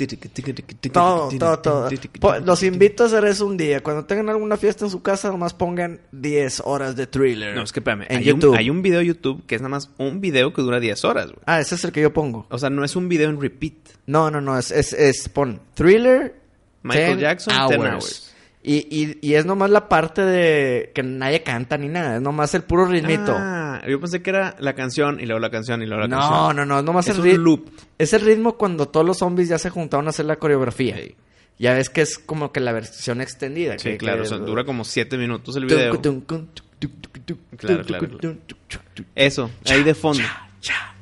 Speaker 1: Todo,
Speaker 3: Todo,
Speaker 1: todo, todo. Po- Los invito a hacer eso un día. Cuando tengan alguna fiesta en su casa, nomás pongan 10 horas de thriller.
Speaker 3: No, es que espérame.
Speaker 1: En
Speaker 3: hay,
Speaker 1: YouTube.
Speaker 3: Un, hay un video de YouTube que es nada más un video que dura 10 horas, güey.
Speaker 1: Ah, ese es el que yo pongo.
Speaker 3: O sea, no es un video en repeat.
Speaker 1: No, no, no. Es, es, es pon thriller.
Speaker 3: Michael
Speaker 1: 10
Speaker 3: Jackson, 10 hours.
Speaker 1: Y, y, y es nomás la parte de que nadie canta ni nada. Es nomás el puro ritmito.
Speaker 3: Ah, yo pensé que era la canción y luego la canción y luego la canción.
Speaker 1: no, no, no. Es nomás
Speaker 3: Es
Speaker 1: el
Speaker 3: un
Speaker 1: rit-
Speaker 3: loop.
Speaker 1: Es el ritmo cuando todos los zombies ya se juntaron a hacer la coreografía.
Speaker 3: Sí.
Speaker 1: Ya ves que es como que la versión extendida.
Speaker 3: Sí,
Speaker 1: que-
Speaker 3: claro.
Speaker 1: que-
Speaker 3: o sea, dura como 7 minutos el
Speaker 1: Tum,
Speaker 3: video.
Speaker 1: tum, tum, tum, tum, tum,
Speaker 3: Claro,
Speaker 1: tum,
Speaker 3: claro,
Speaker 1: tum,
Speaker 3: claro.
Speaker 1: tum, tum, tum.
Speaker 3: Eso, ahí de fondo.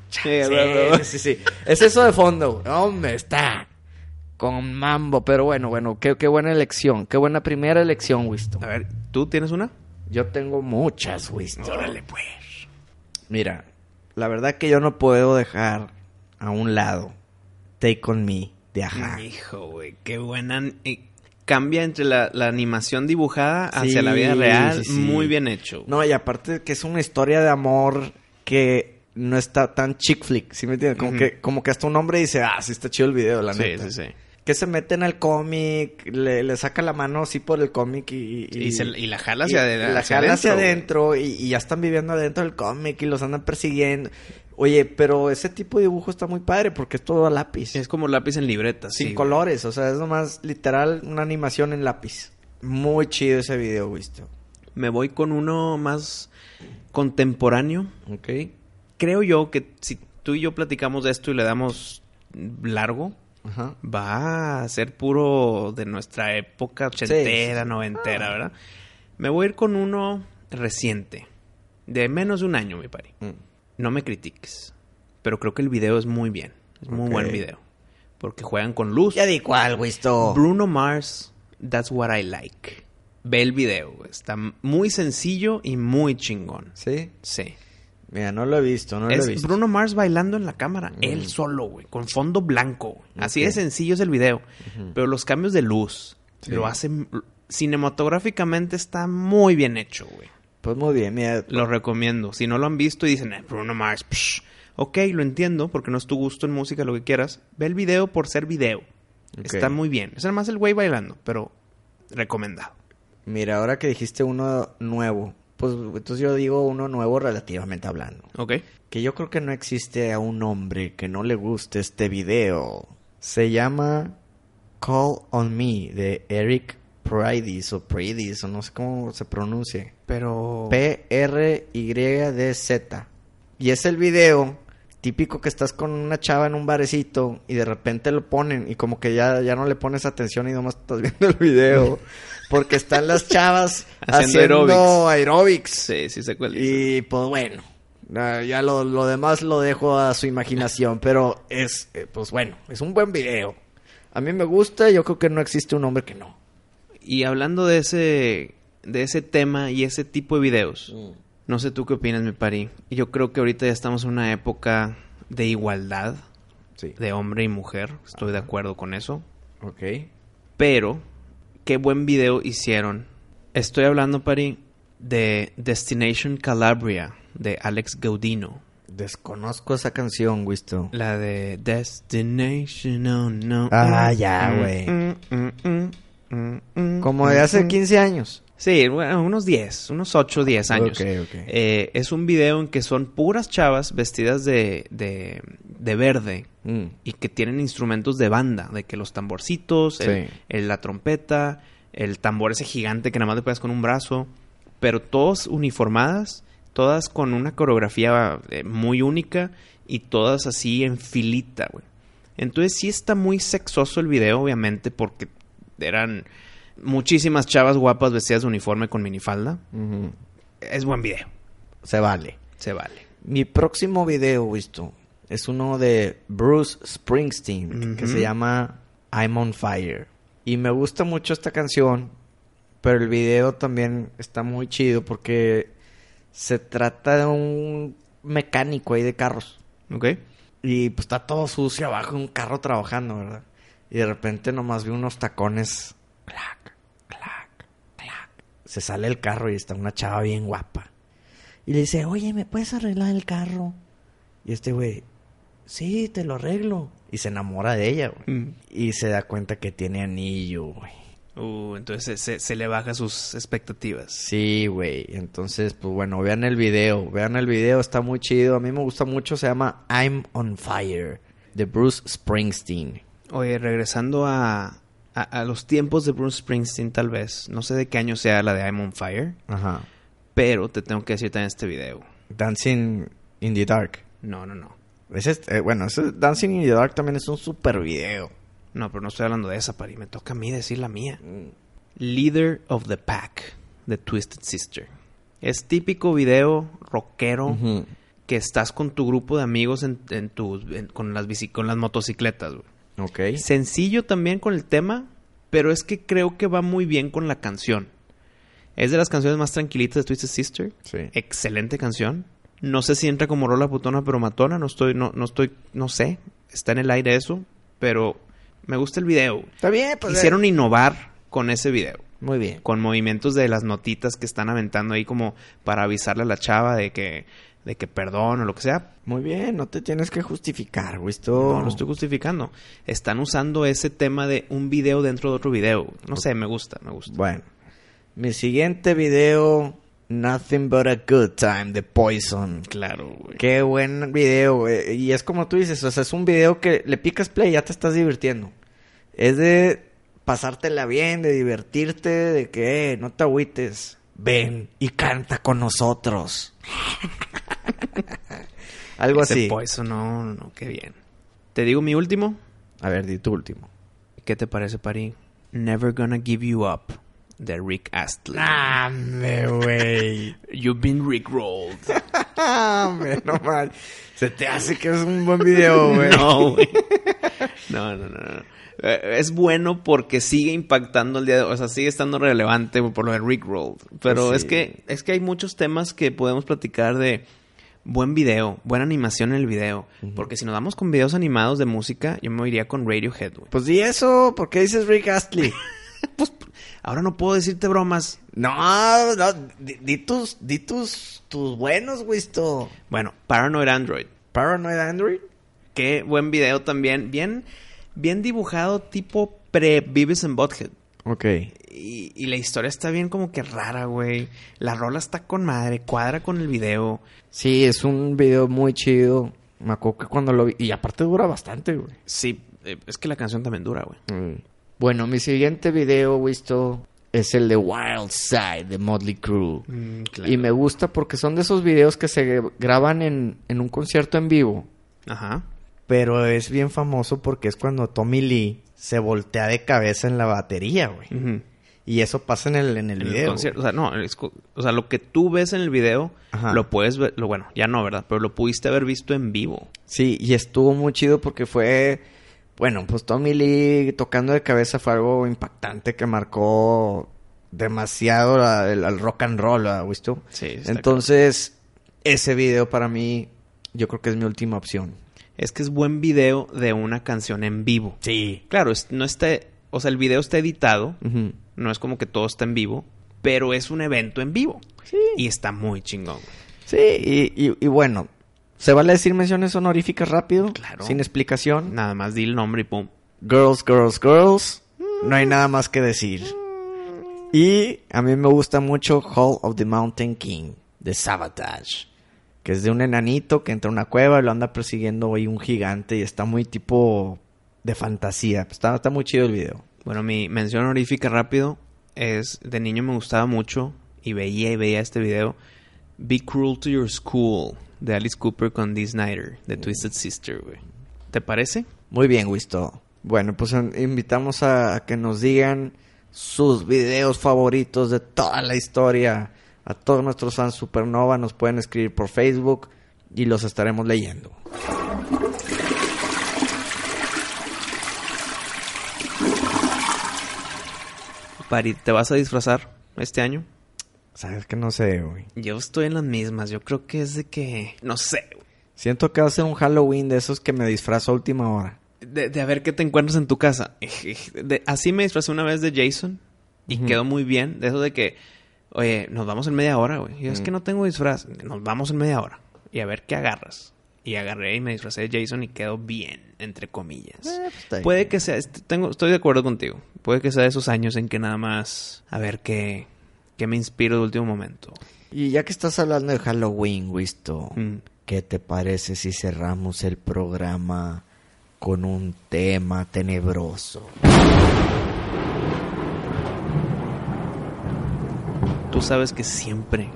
Speaker 3: Sí, bro, bro.
Speaker 1: Sí, sí, sí. Es eso de fondo. güey. Hombre, está con mambo. Pero bueno, bueno, qué, qué buena elección. Qué buena primera elección, Winston.
Speaker 3: A ver, ¿tú tienes una?
Speaker 1: Yo tengo muchas, Winston.
Speaker 3: pues.
Speaker 1: Mira, la verdad que yo no puedo dejar a un lado Take On Me de Ajá.
Speaker 3: Hijo, güey, qué buena. eh, cambia entre la, la animación dibujada hacia
Speaker 1: Sí,
Speaker 3: la vida real.
Speaker 1: sí, sí.
Speaker 3: Muy bien hecho.
Speaker 1: No, y aparte que es una historia de amor que no está tan chick flick, ¿sí me entiendes? Como,
Speaker 3: Ujú.
Speaker 1: que, como que hasta un hombre dice, ah, sí está chido el video, la
Speaker 3: sí,
Speaker 1: neta.
Speaker 3: sí, sí.
Speaker 1: Que se meten al cómic, le, le saca la mano así por el cómic y...
Speaker 3: Y, se- y la jala
Speaker 1: y
Speaker 3: hacia, de-
Speaker 1: la
Speaker 3: hacia
Speaker 1: jalan
Speaker 3: adentro.
Speaker 1: hacia
Speaker 3: güey.
Speaker 1: adentro y, y ya están viviendo adentro del cómic y los andan persiguiendo. Oye, pero ese tipo de dibujo está muy padre porque es todo a lápiz.
Speaker 3: Es como lápiz en libreta, sí.
Speaker 1: Sin
Speaker 3: güey.
Speaker 1: colores, o sea, es nomás literal una animación en lápiz. Muy chido ese video, este. visto.
Speaker 3: Me voy con uno más contemporáneo.
Speaker 1: Ok.
Speaker 3: Creo yo que si tú y yo platicamos de esto y le damos largo,
Speaker 1: Ajá.
Speaker 3: va a ser puro de nuestra época ochentera,
Speaker 1: sí. Ah.
Speaker 3: noventera, ¿verdad? Me voy a ir con uno reciente, de menos de un año, mi pari.
Speaker 1: Mm.
Speaker 3: No me critiques, pero creo que el video es muy bien. Es muy
Speaker 1: Ok.
Speaker 3: buen video. Porque juegan con luz.
Speaker 1: Pues, Ya di cuál, Wisto.
Speaker 3: Bruno Mars, That's What I Like. Ve el video, güey. está muy sencillo y muy chingón.
Speaker 1: Sí.
Speaker 3: Sí.
Speaker 1: Mira, no lo he visto, no lo he
Speaker 3: es
Speaker 1: visto.
Speaker 3: Bruno Mars bailando en la cámara,
Speaker 1: Mm.
Speaker 3: él solo, güey, con fondo blanco. güey. Así
Speaker 1: Ok.
Speaker 3: de sencillo es el video. Pero los cambios de luz
Speaker 1: Sí.
Speaker 3: lo hacen cinematográficamente está muy bien hecho, güey.
Speaker 1: Pues muy bien, mira.
Speaker 3: Lo recomiendo. Si no lo han visto y dicen, "Eh, Bruno Mars, psh". ok, lo entiendo porque no es tu gusto en música, lo que quieras. Ve el video por ser video.
Speaker 1: Ok.
Speaker 3: Está muy bien. Es más el güey bailando, pero recomendado.
Speaker 1: Mira, ahora que dijiste uno nuevo, pues entonces yo digo uno nuevo relativamente hablando.
Speaker 3: Ok.
Speaker 1: Que yo creo que no existe a un hombre que no le guste este video. Se llama Call on Me de Eric Prydis o Prydis o no sé cómo se pronuncie.
Speaker 3: Pero.
Speaker 1: P-R-Y-D-Z. Y es el video típico que estás con una chava en un barecito y de repente lo ponen y como que ya, ya no le pones atención y nomás estás viendo el video. Porque están las chavas
Speaker 3: Haciendo
Speaker 1: haciendo, aeróbics.
Speaker 3: sí, sí sé cuál dice.
Speaker 1: Y pues bueno, na- ya lo, lo demás lo dejo a su imaginación, pero es, eh, pues bueno, es un buen video. A mí me gusta, yo creo que no existe un hombre que no.
Speaker 3: Y hablando de ese, de ese tema y ese tipo de
Speaker 1: Mm.
Speaker 3: videos, no sé tú qué opinas, mi pari. Yo creo que ahorita ya estamos en una época de igualdad
Speaker 1: Sí.
Speaker 3: de hombre y mujer. Estoy de acuerdo con eso.
Speaker 1: Ok.
Speaker 3: Pero, qué buen video hicieron. Estoy hablando, pari, de Destination Calabria de Alex Gaudino.
Speaker 1: Desconozco esa canción, Wisto.
Speaker 3: La de Destination, oh no.
Speaker 1: Ah, ya,
Speaker 3: Mm,
Speaker 1: güey.
Speaker 3: mm, mm, mm, mm, mm,
Speaker 1: Como de
Speaker 3: mm,
Speaker 1: hace
Speaker 3: mm.
Speaker 1: 15 años.
Speaker 3: Sí, bueno, unos 10, unos 8, 10 años.
Speaker 1: Ok, ok.
Speaker 3: Eh, es un video en que son puras chavas vestidas de, de, de verde
Speaker 1: Mm.
Speaker 3: y que tienen instrumentos de banda, de que los tamborcitos, el-
Speaker 1: Sí.
Speaker 3: el- la trompeta, el tambor ese gigante que nada más le pegas con un brazo, pero todos uniformadas, todas con una coreografía eh, muy única y todas así en filita, güey. Entonces sí está muy sexoso el video, obviamente, porque eran muchísimas chavas guapas vestidas de uniforme con minifalda.
Speaker 1: Ujú.
Speaker 3: Es buen video,
Speaker 1: mm, Se vale.
Speaker 3: se vale.
Speaker 1: Mi próximo video, Wisto, es uno de Bruce Springsteen, que
Speaker 3: Ujú.
Speaker 1: se llama I'm on Fire. Y me gusta mucho esta canción, pero el video también está muy chido porque se trata de un mecánico ahí de carros.
Speaker 3: ¿Ok?
Speaker 1: Y pues está todo sucio abajo en un carro trabajando, ¿verdad? Y de repente nomás vi unos tacones. Clac, clac, clac. Se sale el carro y está una chava bien guapa. Y le dice, oye, ¿me puedes arreglar el carro? Y este güey, Sí, te lo arreglo. Y se enamora de ella, güey.
Speaker 3: Mm.
Speaker 1: Y se da cuenta que tiene anillo, güey.
Speaker 3: Uh, entonces se, se le baja sus expectativas.
Speaker 1: Sí, güey. Entonces, pues bueno, vean el video. Vean el video, está muy chido. A mí me gusta mucho. Se llama I'm on Fire de Bruce Springsteen.
Speaker 3: Oye, regresando a, a, a los tiempos de Bruce Springsteen, tal vez. No sé de qué año sea la de I'm on Fire,
Speaker 1: Ajá.
Speaker 3: pero te tengo que decir también este video.
Speaker 1: Dancing in the Dark.
Speaker 3: No, no, no.
Speaker 1: Ese es- eh, bueno, ese Dancing in the Dark también es un super video.
Speaker 3: No, pero no estoy hablando de esa, Pari. Me toca a mí decir la mía. Leader of the Pack de Twisted Sister. Es típico video rockero
Speaker 1: Ujú.
Speaker 3: que estás con tu grupo de amigos en, en tus- en- con, las bici- con las motocicletas. güey.
Speaker 1: Ok.
Speaker 3: Sencillo también con el tema, pero es que creo que va muy bien con la canción. Es de las canciones más tranquilitas de Twisted Sister.
Speaker 1: Sí.
Speaker 3: Excelente canción. No sé si entra como rola putona pero matona. No estoy, no, no estoy, no sé. Está en el aire eso, pero me gusta el video.
Speaker 1: Está bien, pues.
Speaker 3: Hicieron innovar con ese video.
Speaker 1: Muy bien.
Speaker 3: Con movimientos de las notitas que están aventando ahí como para avisarle a la chava de que, de que perdón o lo que sea.
Speaker 1: Muy bien, no te tienes que justificar, güey. Esto...
Speaker 3: No lo estoy justificando. Están usando ese tema de un video dentro de otro video. No sé, me gusta, me gusta.
Speaker 1: pues, Bueno, mi siguiente video, Nothing But a Good Time de Poison.
Speaker 3: Claro, güey.
Speaker 1: Qué buen video, güey. Y es como tú dices, o sea, es un video que le picas play y ya te estás divirtiendo. Es de pasártela bien, de divertirte, de que eh, no te agüites. Ven y canta con nosotros. Algo
Speaker 3: Ese
Speaker 1: así.
Speaker 3: Poison, no, no, no, qué bien. Te digo mi último.
Speaker 1: A ver, di tu último.
Speaker 3: ¿Qué te parece, Pari? Never Gonna Give You Up, de Rick Astley.
Speaker 1: Ah. ¡Dame, güey!
Speaker 3: You've been Rick Rolled.
Speaker 1: ¡Dame, Ah, no manches. Se te hace que es un buen video, güey.
Speaker 3: No, güey. No, no, no, no. Eh, Es bueno porque sigue impactando el día de hoy. O sea, sigue estando relevante güey, por lo de Rick Rolled. Pero
Speaker 1: Sí.
Speaker 3: es que es que hay muchos temas que podemos platicar de buen video, buena animación en el video. Porque si nos damos con videos animados de música, yo me iría con Radiohead, güey. Pues,
Speaker 1: Pues di eso, ¿por qué dices Rick Astley?
Speaker 3: Ahora no puedo decirte bromas.
Speaker 1: No, no, di, di tus, di tus, tus buenos, güey, esto.
Speaker 3: Bueno, Paranoid Android.
Speaker 1: Paranoid Android.
Speaker 3: Qué buen video también. Bien, bien dibujado, tipo pre-Beavis and Butthead.
Speaker 1: Ok.
Speaker 3: Y, y la historia está bien como que rara, güey. La rola está con madre, cuadra con el video.
Speaker 1: Sí, es un video muy chido. Me acuerdo que cuando lo vi, y aparte dura bastante, güey.
Speaker 3: Sí, eh, es que la canción también dura, güey.
Speaker 1: Mm. Bueno, mi siguiente video, güey, esto, es el de Wild Side de Motley Crue. Y me gusta porque son de esos videos que se graban en, en un concierto en vivo.
Speaker 3: Ajá.
Speaker 1: Pero es bien famoso porque es cuando Tommy Lee se voltea de cabeza en la batería, güey. Y eso pasa en el, en el
Speaker 3: En el
Speaker 1: video.
Speaker 3: concierto, o sea, no, el escu- o sea, lo que tú ves en el video,
Speaker 1: Ajá.
Speaker 3: lo puedes ver, lo bueno, ya no, ¿verdad? Pero lo pudiste haber visto en vivo.
Speaker 1: Sí, y estuvo muy chido porque fue. Bueno, pues Tommy Lee tocando de cabeza fue algo impactante que marcó demasiado la- el, al rock and roll, ¿verdad, Wisto?
Speaker 3: Sí, está
Speaker 1: Entonces, ese video para mí, yo creo que es mi última opción.
Speaker 3: Es que es buen video de una canción en vivo.
Speaker 1: Sí.
Speaker 3: Claro, es- no está, o sea, el video está editado, no es como que todo está en vivo, pero es un evento en vivo.
Speaker 1: Sí.
Speaker 3: Y está muy chingón.
Speaker 1: Sí, y, y- y bueno, ¿se vale decir menciones honoríficas rápido?
Speaker 3: Claro.
Speaker 1: Sin explicación.
Speaker 3: Nada más di el nombre y pum.
Speaker 1: Girls, girls, girls. No hay nada más que decir. Y a mí me gusta mucho Hall of the Mountain King de Sabotage. Que es de un enanito que entra a una cueva y lo anda persiguiendo hoy un gigante y está muy tipo de fantasía. Pues Está, está muy chido el video.
Speaker 3: Bueno, mi mención honorífica rápido es, de niño me gustaba mucho y veía y veía este video, Be Cruel to Your School, de Alice Cooper con Dee Snyder, de Twisted Sister, güey. ¿Te parece?
Speaker 1: Muy bien, Wisto. Bueno, pues en- invitamos a, a que nos digan sus videos favoritos de toda la historia. A todos nuestros fans Supernova nos pueden escribir por Facebook y los estaremos leyendo.
Speaker 3: Pari, ¿te vas a disfrazar este año?
Speaker 1: Sabes que no sé, güey.
Speaker 3: Yo estoy en las mismas, yo creo que es de que, no sé, güey.
Speaker 1: Siento que va a ser un Halloween de esos que me disfrazo a última hora.
Speaker 3: de, de a ver qué te encuentras en tu casa. De- así me disfrazé una vez de Jason y quedó muy bien. De eso de que, oye, nos vamos en media hora, güey. Y yo, es que no tengo disfraz. Nos vamos en media hora y a ver qué agarras. y agarré y me disfracé de Jason y quedó bien, entre comillas.
Speaker 1: Eh, pues, está bien.
Speaker 3: Puede que sea, est- tengo, estoy de acuerdo contigo. Puede que sea de esos años en que nada más a ver qué, qué me inspiro de último momento.
Speaker 1: Y ya que estás hablando de Halloween, Wisto,
Speaker 3: Mm.
Speaker 1: ¿qué te parece si cerramos el programa con un tema tenebroso?
Speaker 3: Tú sabes que siempre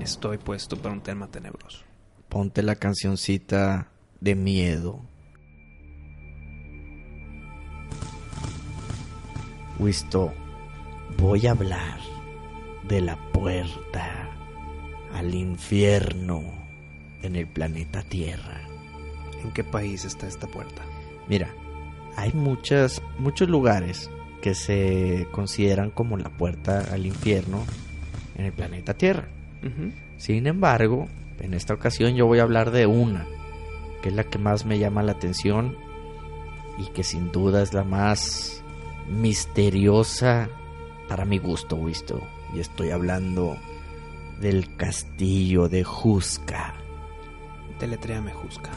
Speaker 3: estoy puesto para un tema tenebroso.
Speaker 1: Ponte la cancioncita de miedo. Wisto, voy a hablar de la puerta al infierno en el planeta Tierra.
Speaker 3: ¿En qué país está esta puerta?
Speaker 1: Mira, hay muchas, muchos lugares que se consideran como la puerta al infierno en el planeta Tierra. Sin embargo, en esta ocasión yo voy a hablar de una, que es la que más me llama la atención y que sin duda es la más misteriosa para mi gusto, visto. Y estoy hablando del castillo de Jusca.
Speaker 3: Teletrea me juzga.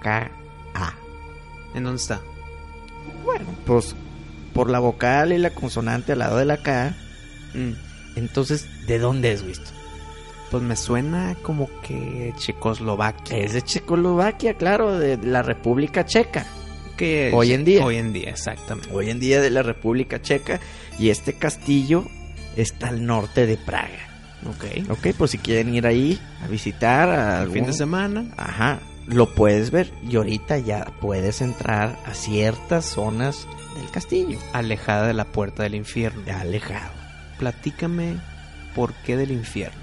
Speaker 1: H-O-U-S-K-A.
Speaker 3: ¿En dónde está?
Speaker 1: Bueno, pues por la vocal y la consonante al lado de la K.
Speaker 3: Mm,
Speaker 1: Entonces, ¿de dónde es, visto?
Speaker 3: Pues me suena como que Checoslovaquia.
Speaker 1: Es de Checoslovaquia, claro, de la República Checa.
Speaker 3: que
Speaker 1: Hoy en día.
Speaker 3: Hoy en día, exactamente.
Speaker 1: Hoy en día de la República Checa. Y este castillo está al norte de Praga.
Speaker 3: Ok.
Speaker 1: Ok, pues si quieren ir ahí a visitar a
Speaker 3: El fin de
Speaker 1: algún-
Speaker 3: semana.
Speaker 1: Ajá, lo puedes ver. Y ahorita ya puedes entrar a ciertas zonas del castillo.
Speaker 3: Alejada de la puerta del infierno.
Speaker 1: Ya alejado.
Speaker 3: Platícame por qué del infierno.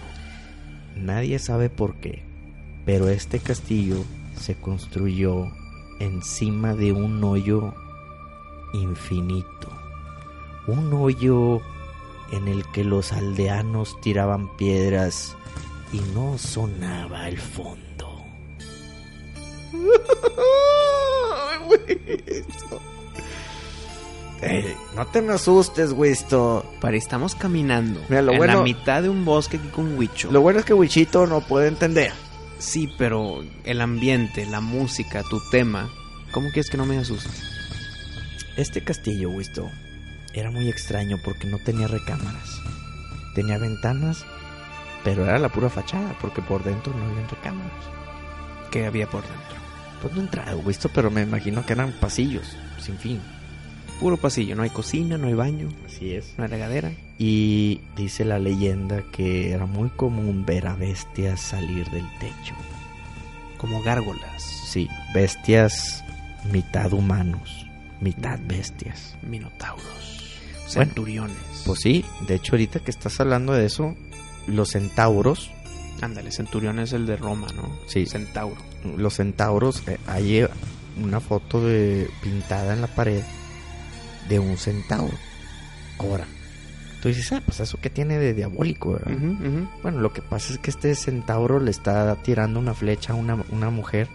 Speaker 1: Nadie sabe por qué, pero este castillo se construyó encima de un hoyo infinito. Un hoyo en el que los aldeanos tiraban piedras y no sonaba el fondo. Ey, no te me asustes, Wisto.
Speaker 3: Para estamos caminando
Speaker 1: Mira, lo
Speaker 3: en la
Speaker 1: bueno-
Speaker 3: mitad de un bosque aquí con Huicho.
Speaker 1: Lo bueno es que Wichito no puede entender.
Speaker 3: Sí, pero el ambiente, la música, tu tema. ¿Cómo quieres que no me asustes?
Speaker 1: Este castillo, Wisto, era muy extraño porque no tenía recámaras. Tenía ventanas, pero era la pura fachada porque por dentro no había recámaras.
Speaker 3: ¿Qué había por dentro?
Speaker 1: Pues no he entrado, Wisto, pero me imagino que eran pasillos, sin fin.
Speaker 3: Puro pasillo, no hay cocina, no hay baño,
Speaker 1: Así es.
Speaker 3: no hay regadera.
Speaker 1: Y dice la leyenda que era muy común ver a bestias salir del techo.
Speaker 3: Como gárgolas,
Speaker 1: Sí, bestias mitad humanos, mitad bestias.
Speaker 3: minotauros,
Speaker 1: Bueno,
Speaker 3: centuriones.
Speaker 1: Pues sí, de hecho ahorita que estás hablando de eso, los centauros,
Speaker 3: Ándale, centurión es el de Roma, ¿no?
Speaker 1: Sí.
Speaker 3: Centauro.
Speaker 1: los centauros, eh, hay una foto de pintada en la pared de un centauro. Ahora, tú dices, ah, pues eso que tiene de diabólico, ¿verdad?
Speaker 3: Ujú, ujú.
Speaker 1: Bueno, lo que pasa es que este centauro le está tirando una flecha a una, una mujer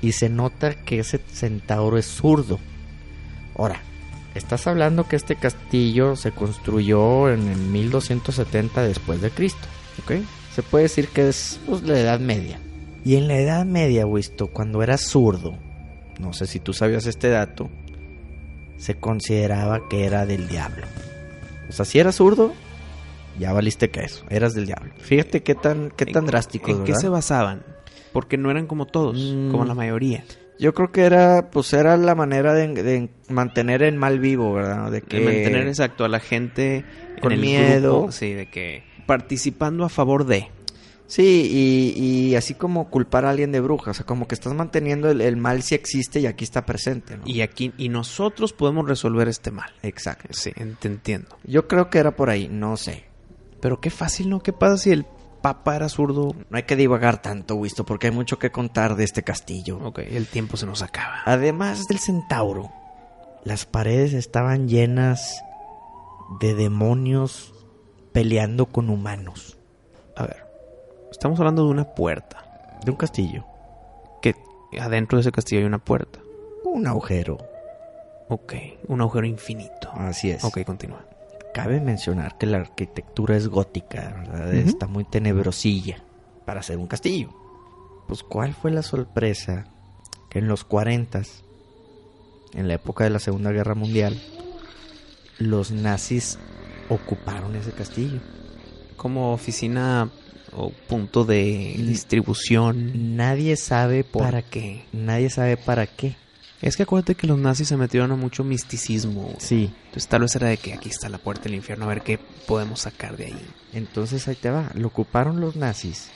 Speaker 1: y se nota que ese centauro es zurdo. Ahora, estás hablando que este castillo se construyó en el 1270 después de Cristo, ¿ok? Se puede decir que es pues, la Edad Media. Y en la Edad Media, Wisto, cuando era zurdo, no sé si tú sabías este dato, se consideraba que era del diablo. O sea, si era zurdo, ya valiste que eso, eras del diablo. Fíjate qué tan, qué tan
Speaker 3: ¿En-
Speaker 1: drástico,
Speaker 3: ¿En qué
Speaker 1: ¿verdad?
Speaker 3: se basaban? Porque no eran como todos,
Speaker 1: Mm.
Speaker 3: como la mayoría.
Speaker 1: Yo creo que era, pues era la manera de, de mantener el mal vivo, ¿verdad? De que
Speaker 3: El mantener exacto a la gente
Speaker 1: Con
Speaker 3: en el
Speaker 1: miedo.
Speaker 3: grupo, sí, de que participando a favor de.
Speaker 1: Sí, y, y así como culpar a alguien de bruja, o sea, como que estás manteniendo el, el mal si existe y aquí está presente, ¿no?
Speaker 3: Y aquí y nosotros podemos resolver este mal.
Speaker 1: Exacto.
Speaker 3: Sí, en- te entiendo.
Speaker 1: Yo creo que era por ahí, no sé.
Speaker 3: Pero qué fácil, ¿no? ¿Qué pasa si el papa era zurdo?
Speaker 1: No hay que divagar tanto, Wisto, porque hay mucho que contar de este castillo.
Speaker 3: Ok, el tiempo se nos acaba.
Speaker 1: Además del centauro, las paredes estaban llenas de demonios peleando con humanos.
Speaker 3: A ver, estamos hablando de una puerta.
Speaker 1: De un castillo.
Speaker 3: Que adentro de ese castillo hay una puerta.
Speaker 1: Un agujero.
Speaker 3: Ok, un agujero infinito.
Speaker 1: Así es.
Speaker 3: Ok, continúa.
Speaker 1: Cabe mencionar que la arquitectura es gótica, ¿verdad?
Speaker 3: Ujú.
Speaker 1: Está muy tenebrosilla para ser un castillo. Pues, ¿cuál fue la sorpresa que en los 40, en la época de la Segunda Guerra Mundial, los nazis ocuparon ese castillo?
Speaker 3: Como oficina o punto de distribución.
Speaker 1: Nadie sabe por
Speaker 3: ¿Para qué?
Speaker 1: Nadie sabe para qué.
Speaker 3: Es que acuérdate que los nazis se metieron a mucho misticismo. güey.
Speaker 1: Sí,
Speaker 3: Entonces tal vez era de que aquí está la puerta del infierno, a ver qué podemos sacar de ahí.
Speaker 1: Entonces ahí te va, lo ocuparon los nazis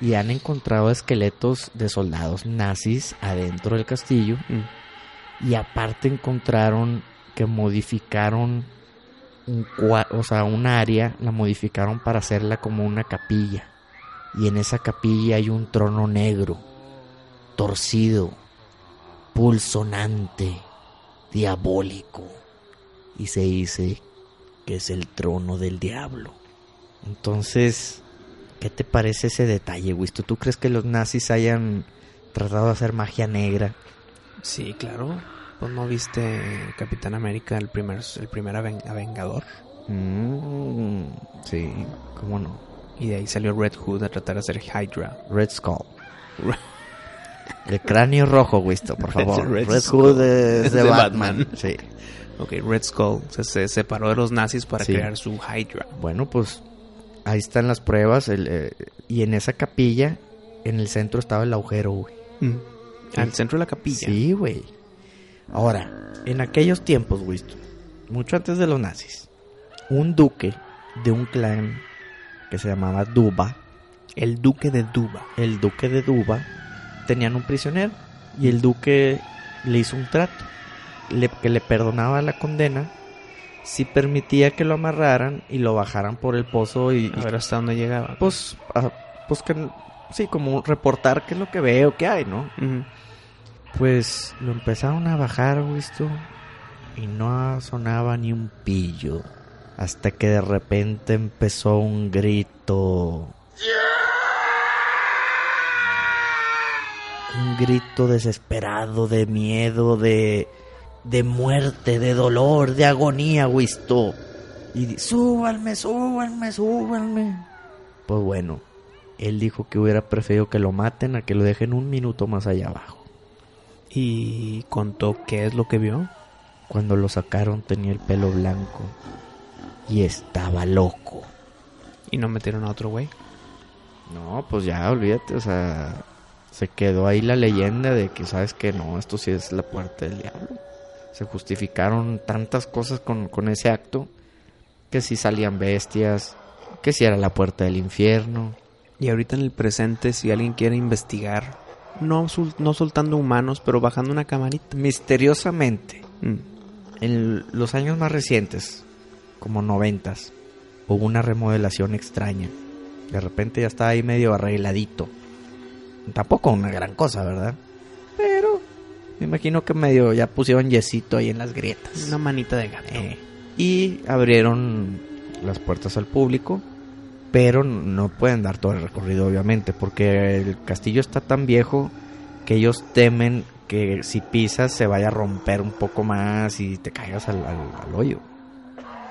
Speaker 1: y han encontrado esqueletos de soldados nazis adentro del castillo
Speaker 3: Mm.
Speaker 1: y aparte encontraron que modificaron un cua- o sea, un área la modificaron para hacerla como una capilla. Y en esa capilla hay un trono negro, torcido, pulsonante, diabólico. Y se dice que es el trono del diablo. Entonces, ¿qué te parece ese detalle, Wisto? ¿Tú crees que los nazis hayan tratado de hacer magia negra?
Speaker 3: Sí, claro. Pues no viste Capitán América, el primer, el primer aven- Avengador.
Speaker 1: Mm, sí, cómo no.
Speaker 3: Y de ahí salió Red Hood a tratar de hacer Hydra.
Speaker 1: Red Skull. El cráneo rojo, Wisto, por favor.
Speaker 3: Red
Speaker 1: Red,
Speaker 3: Skull.
Speaker 1: Hood es de,
Speaker 3: Es de
Speaker 1: Batman.
Speaker 3: Batman.
Speaker 1: Sí.
Speaker 3: Ok, Red Skull se, se separó de los nazis para
Speaker 1: Sí.
Speaker 3: crear su Hydra.
Speaker 1: Bueno, pues ahí están las pruebas. el, eh, y en esa capilla, en el centro estaba el agujero, güey.
Speaker 3: Al centro de la capilla.
Speaker 1: Mm. Sí, güey. Ahora, en aquellos tiempos, Winston, mucho antes de los nazis, un duque de un clan que se llamaba Duba,
Speaker 3: El duque de Duba.
Speaker 1: el duque de Duba, tenían un prisionero y el duque le hizo un trato, le- que le perdonaba la condena si permitía que lo amarraran y lo bajaran por el pozo y,
Speaker 3: A
Speaker 1: y
Speaker 3: ver hasta dónde llegaba.
Speaker 1: pues, ah, pues que sí, como reportar qué es lo que veo, qué hay, ¿no?
Speaker 3: Ujú.
Speaker 1: Pues lo empezaron a bajar, visto, y no sonaba ni un pillo. Hasta que de repente empezó un grito. Un grito desesperado, de miedo, de, de muerte, de dolor, de agonía, Wisto. Y di- súbanme, súbanme, súbanme. Pues bueno, él dijo que hubiera preferido que lo maten a que lo dejen un minuto más allá abajo.
Speaker 3: Y contó qué es lo que vio.
Speaker 1: Cuando lo sacaron tenía el pelo blanco y estaba loco.
Speaker 3: Y no metieron a otro güey.
Speaker 1: No, pues ya olvídate, o sea, se quedó ahí la leyenda de que sabes que no, esto sí es la puerta del diablo. Se justificaron tantas cosas con, con ese acto, que si salían bestias, que si era la puerta del infierno.
Speaker 3: Y ahorita en el presente, si alguien quiere investigar, no, sul- no soltando humanos, pero bajando una camarita.
Speaker 1: Misteriosamente,
Speaker 3: Mm.
Speaker 1: en los años más recientes, como noventas, hubo una remodelación extraña. De repente ya estaba ahí medio arregladito. Tampoco una gran cosa, ¿verdad? Pero me imagino que medio ya pusieron yesito ahí en las grietas.
Speaker 3: Una manita de gato.
Speaker 1: Eh, y abrieron las puertas al público, pero no pueden dar todo el recorrido, obviamente, porque el castillo está tan viejo que ellos temen que si pisas se vaya a romper un poco más y te caigas al, al- al hoyo.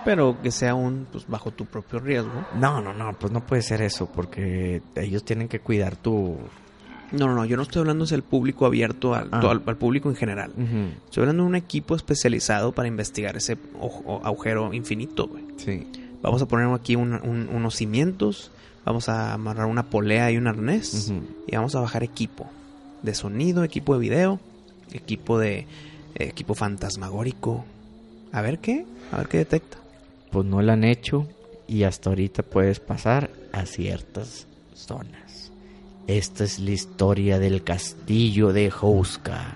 Speaker 3: Pero que sea un, pues bajo tu propio riesgo.
Speaker 1: No, no, no, pues no puede ser eso, porque ellos tienen que cuidar tu...
Speaker 3: No, no, no, yo no estoy hablando del público abierto al,
Speaker 1: Ah.
Speaker 3: to- al- al público en general. Estoy hablando de un equipo especializado para investigar ese ojo- o- agujero infinito, güey.
Speaker 1: Sí.
Speaker 3: Vamos a poner aquí un- un- unos cimientos, vamos a amarrar una polea y un
Speaker 1: Pues,
Speaker 3: arnés y vamos a bajar equipo de sonido, equipo de video, equipo de eh, equipo fantasmagórico. A ver qué, a ver qué detecta.
Speaker 1: Pues no lo han hecho y hasta ahorita puedes pasar a ciertas zonas. Esta es la historia del castillo de Jouska,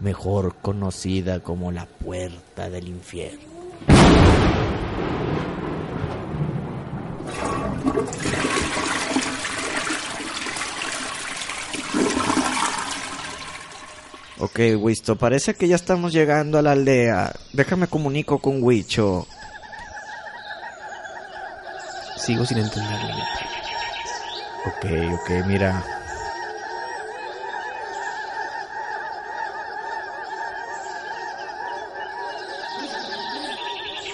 Speaker 1: mejor conocida como la puerta del infierno. Ok, Wisto, parece que ya estamos llegando a la aldea. Déjame comunico con Wicho.
Speaker 3: Sigo sin entenderlo. neta.
Speaker 1: Ok, ok, mira.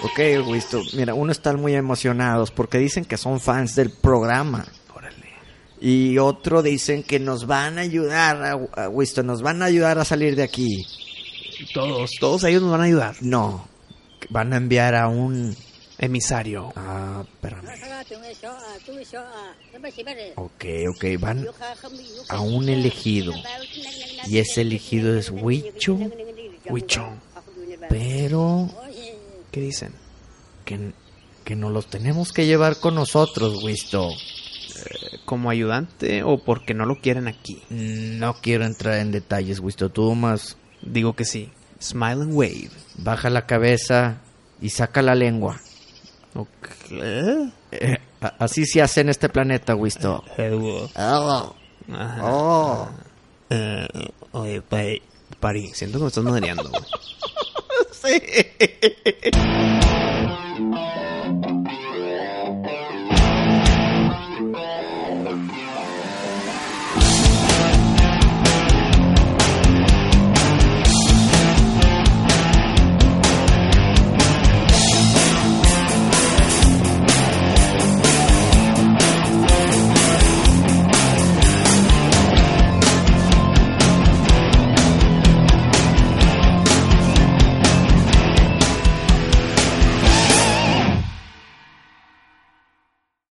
Speaker 1: Ok, Wisto, mira, uno están muy emocionados porque dicen que son fans del programa.
Speaker 3: Órale.
Speaker 1: Y otro dicen que nos van a ayudar, a, a Wisto, nos van a ayudar a salir de aquí.
Speaker 3: Todos, todos ellos nos van a ayudar.
Speaker 1: No, van a enviar a un...
Speaker 3: Emisario.
Speaker 1: Ah, espérame. Ok, ok, van...
Speaker 4: Van a un elegido. Y ese elegido es Huicho.
Speaker 3: Huicho.
Speaker 1: Pero
Speaker 3: ¿Qué dicen?
Speaker 1: que, que nos los tenemos que llevar con nosotros, Wisto.
Speaker 3: ¿Como ayudante o porque no lo quieren aquí?
Speaker 1: No quiero entrar en detalles, Wisto. Tú más
Speaker 3: Digo que sí. Smile and wave.
Speaker 1: baja la cabeza y saca la lengua.
Speaker 3: Ok.
Speaker 1: Eh, a- así se hace en este planeta, Wisto. Oh,
Speaker 3: Ajá.
Speaker 1: oh.
Speaker 3: Eh, oye, Pari, Pari, siento que me estás madreando. güey.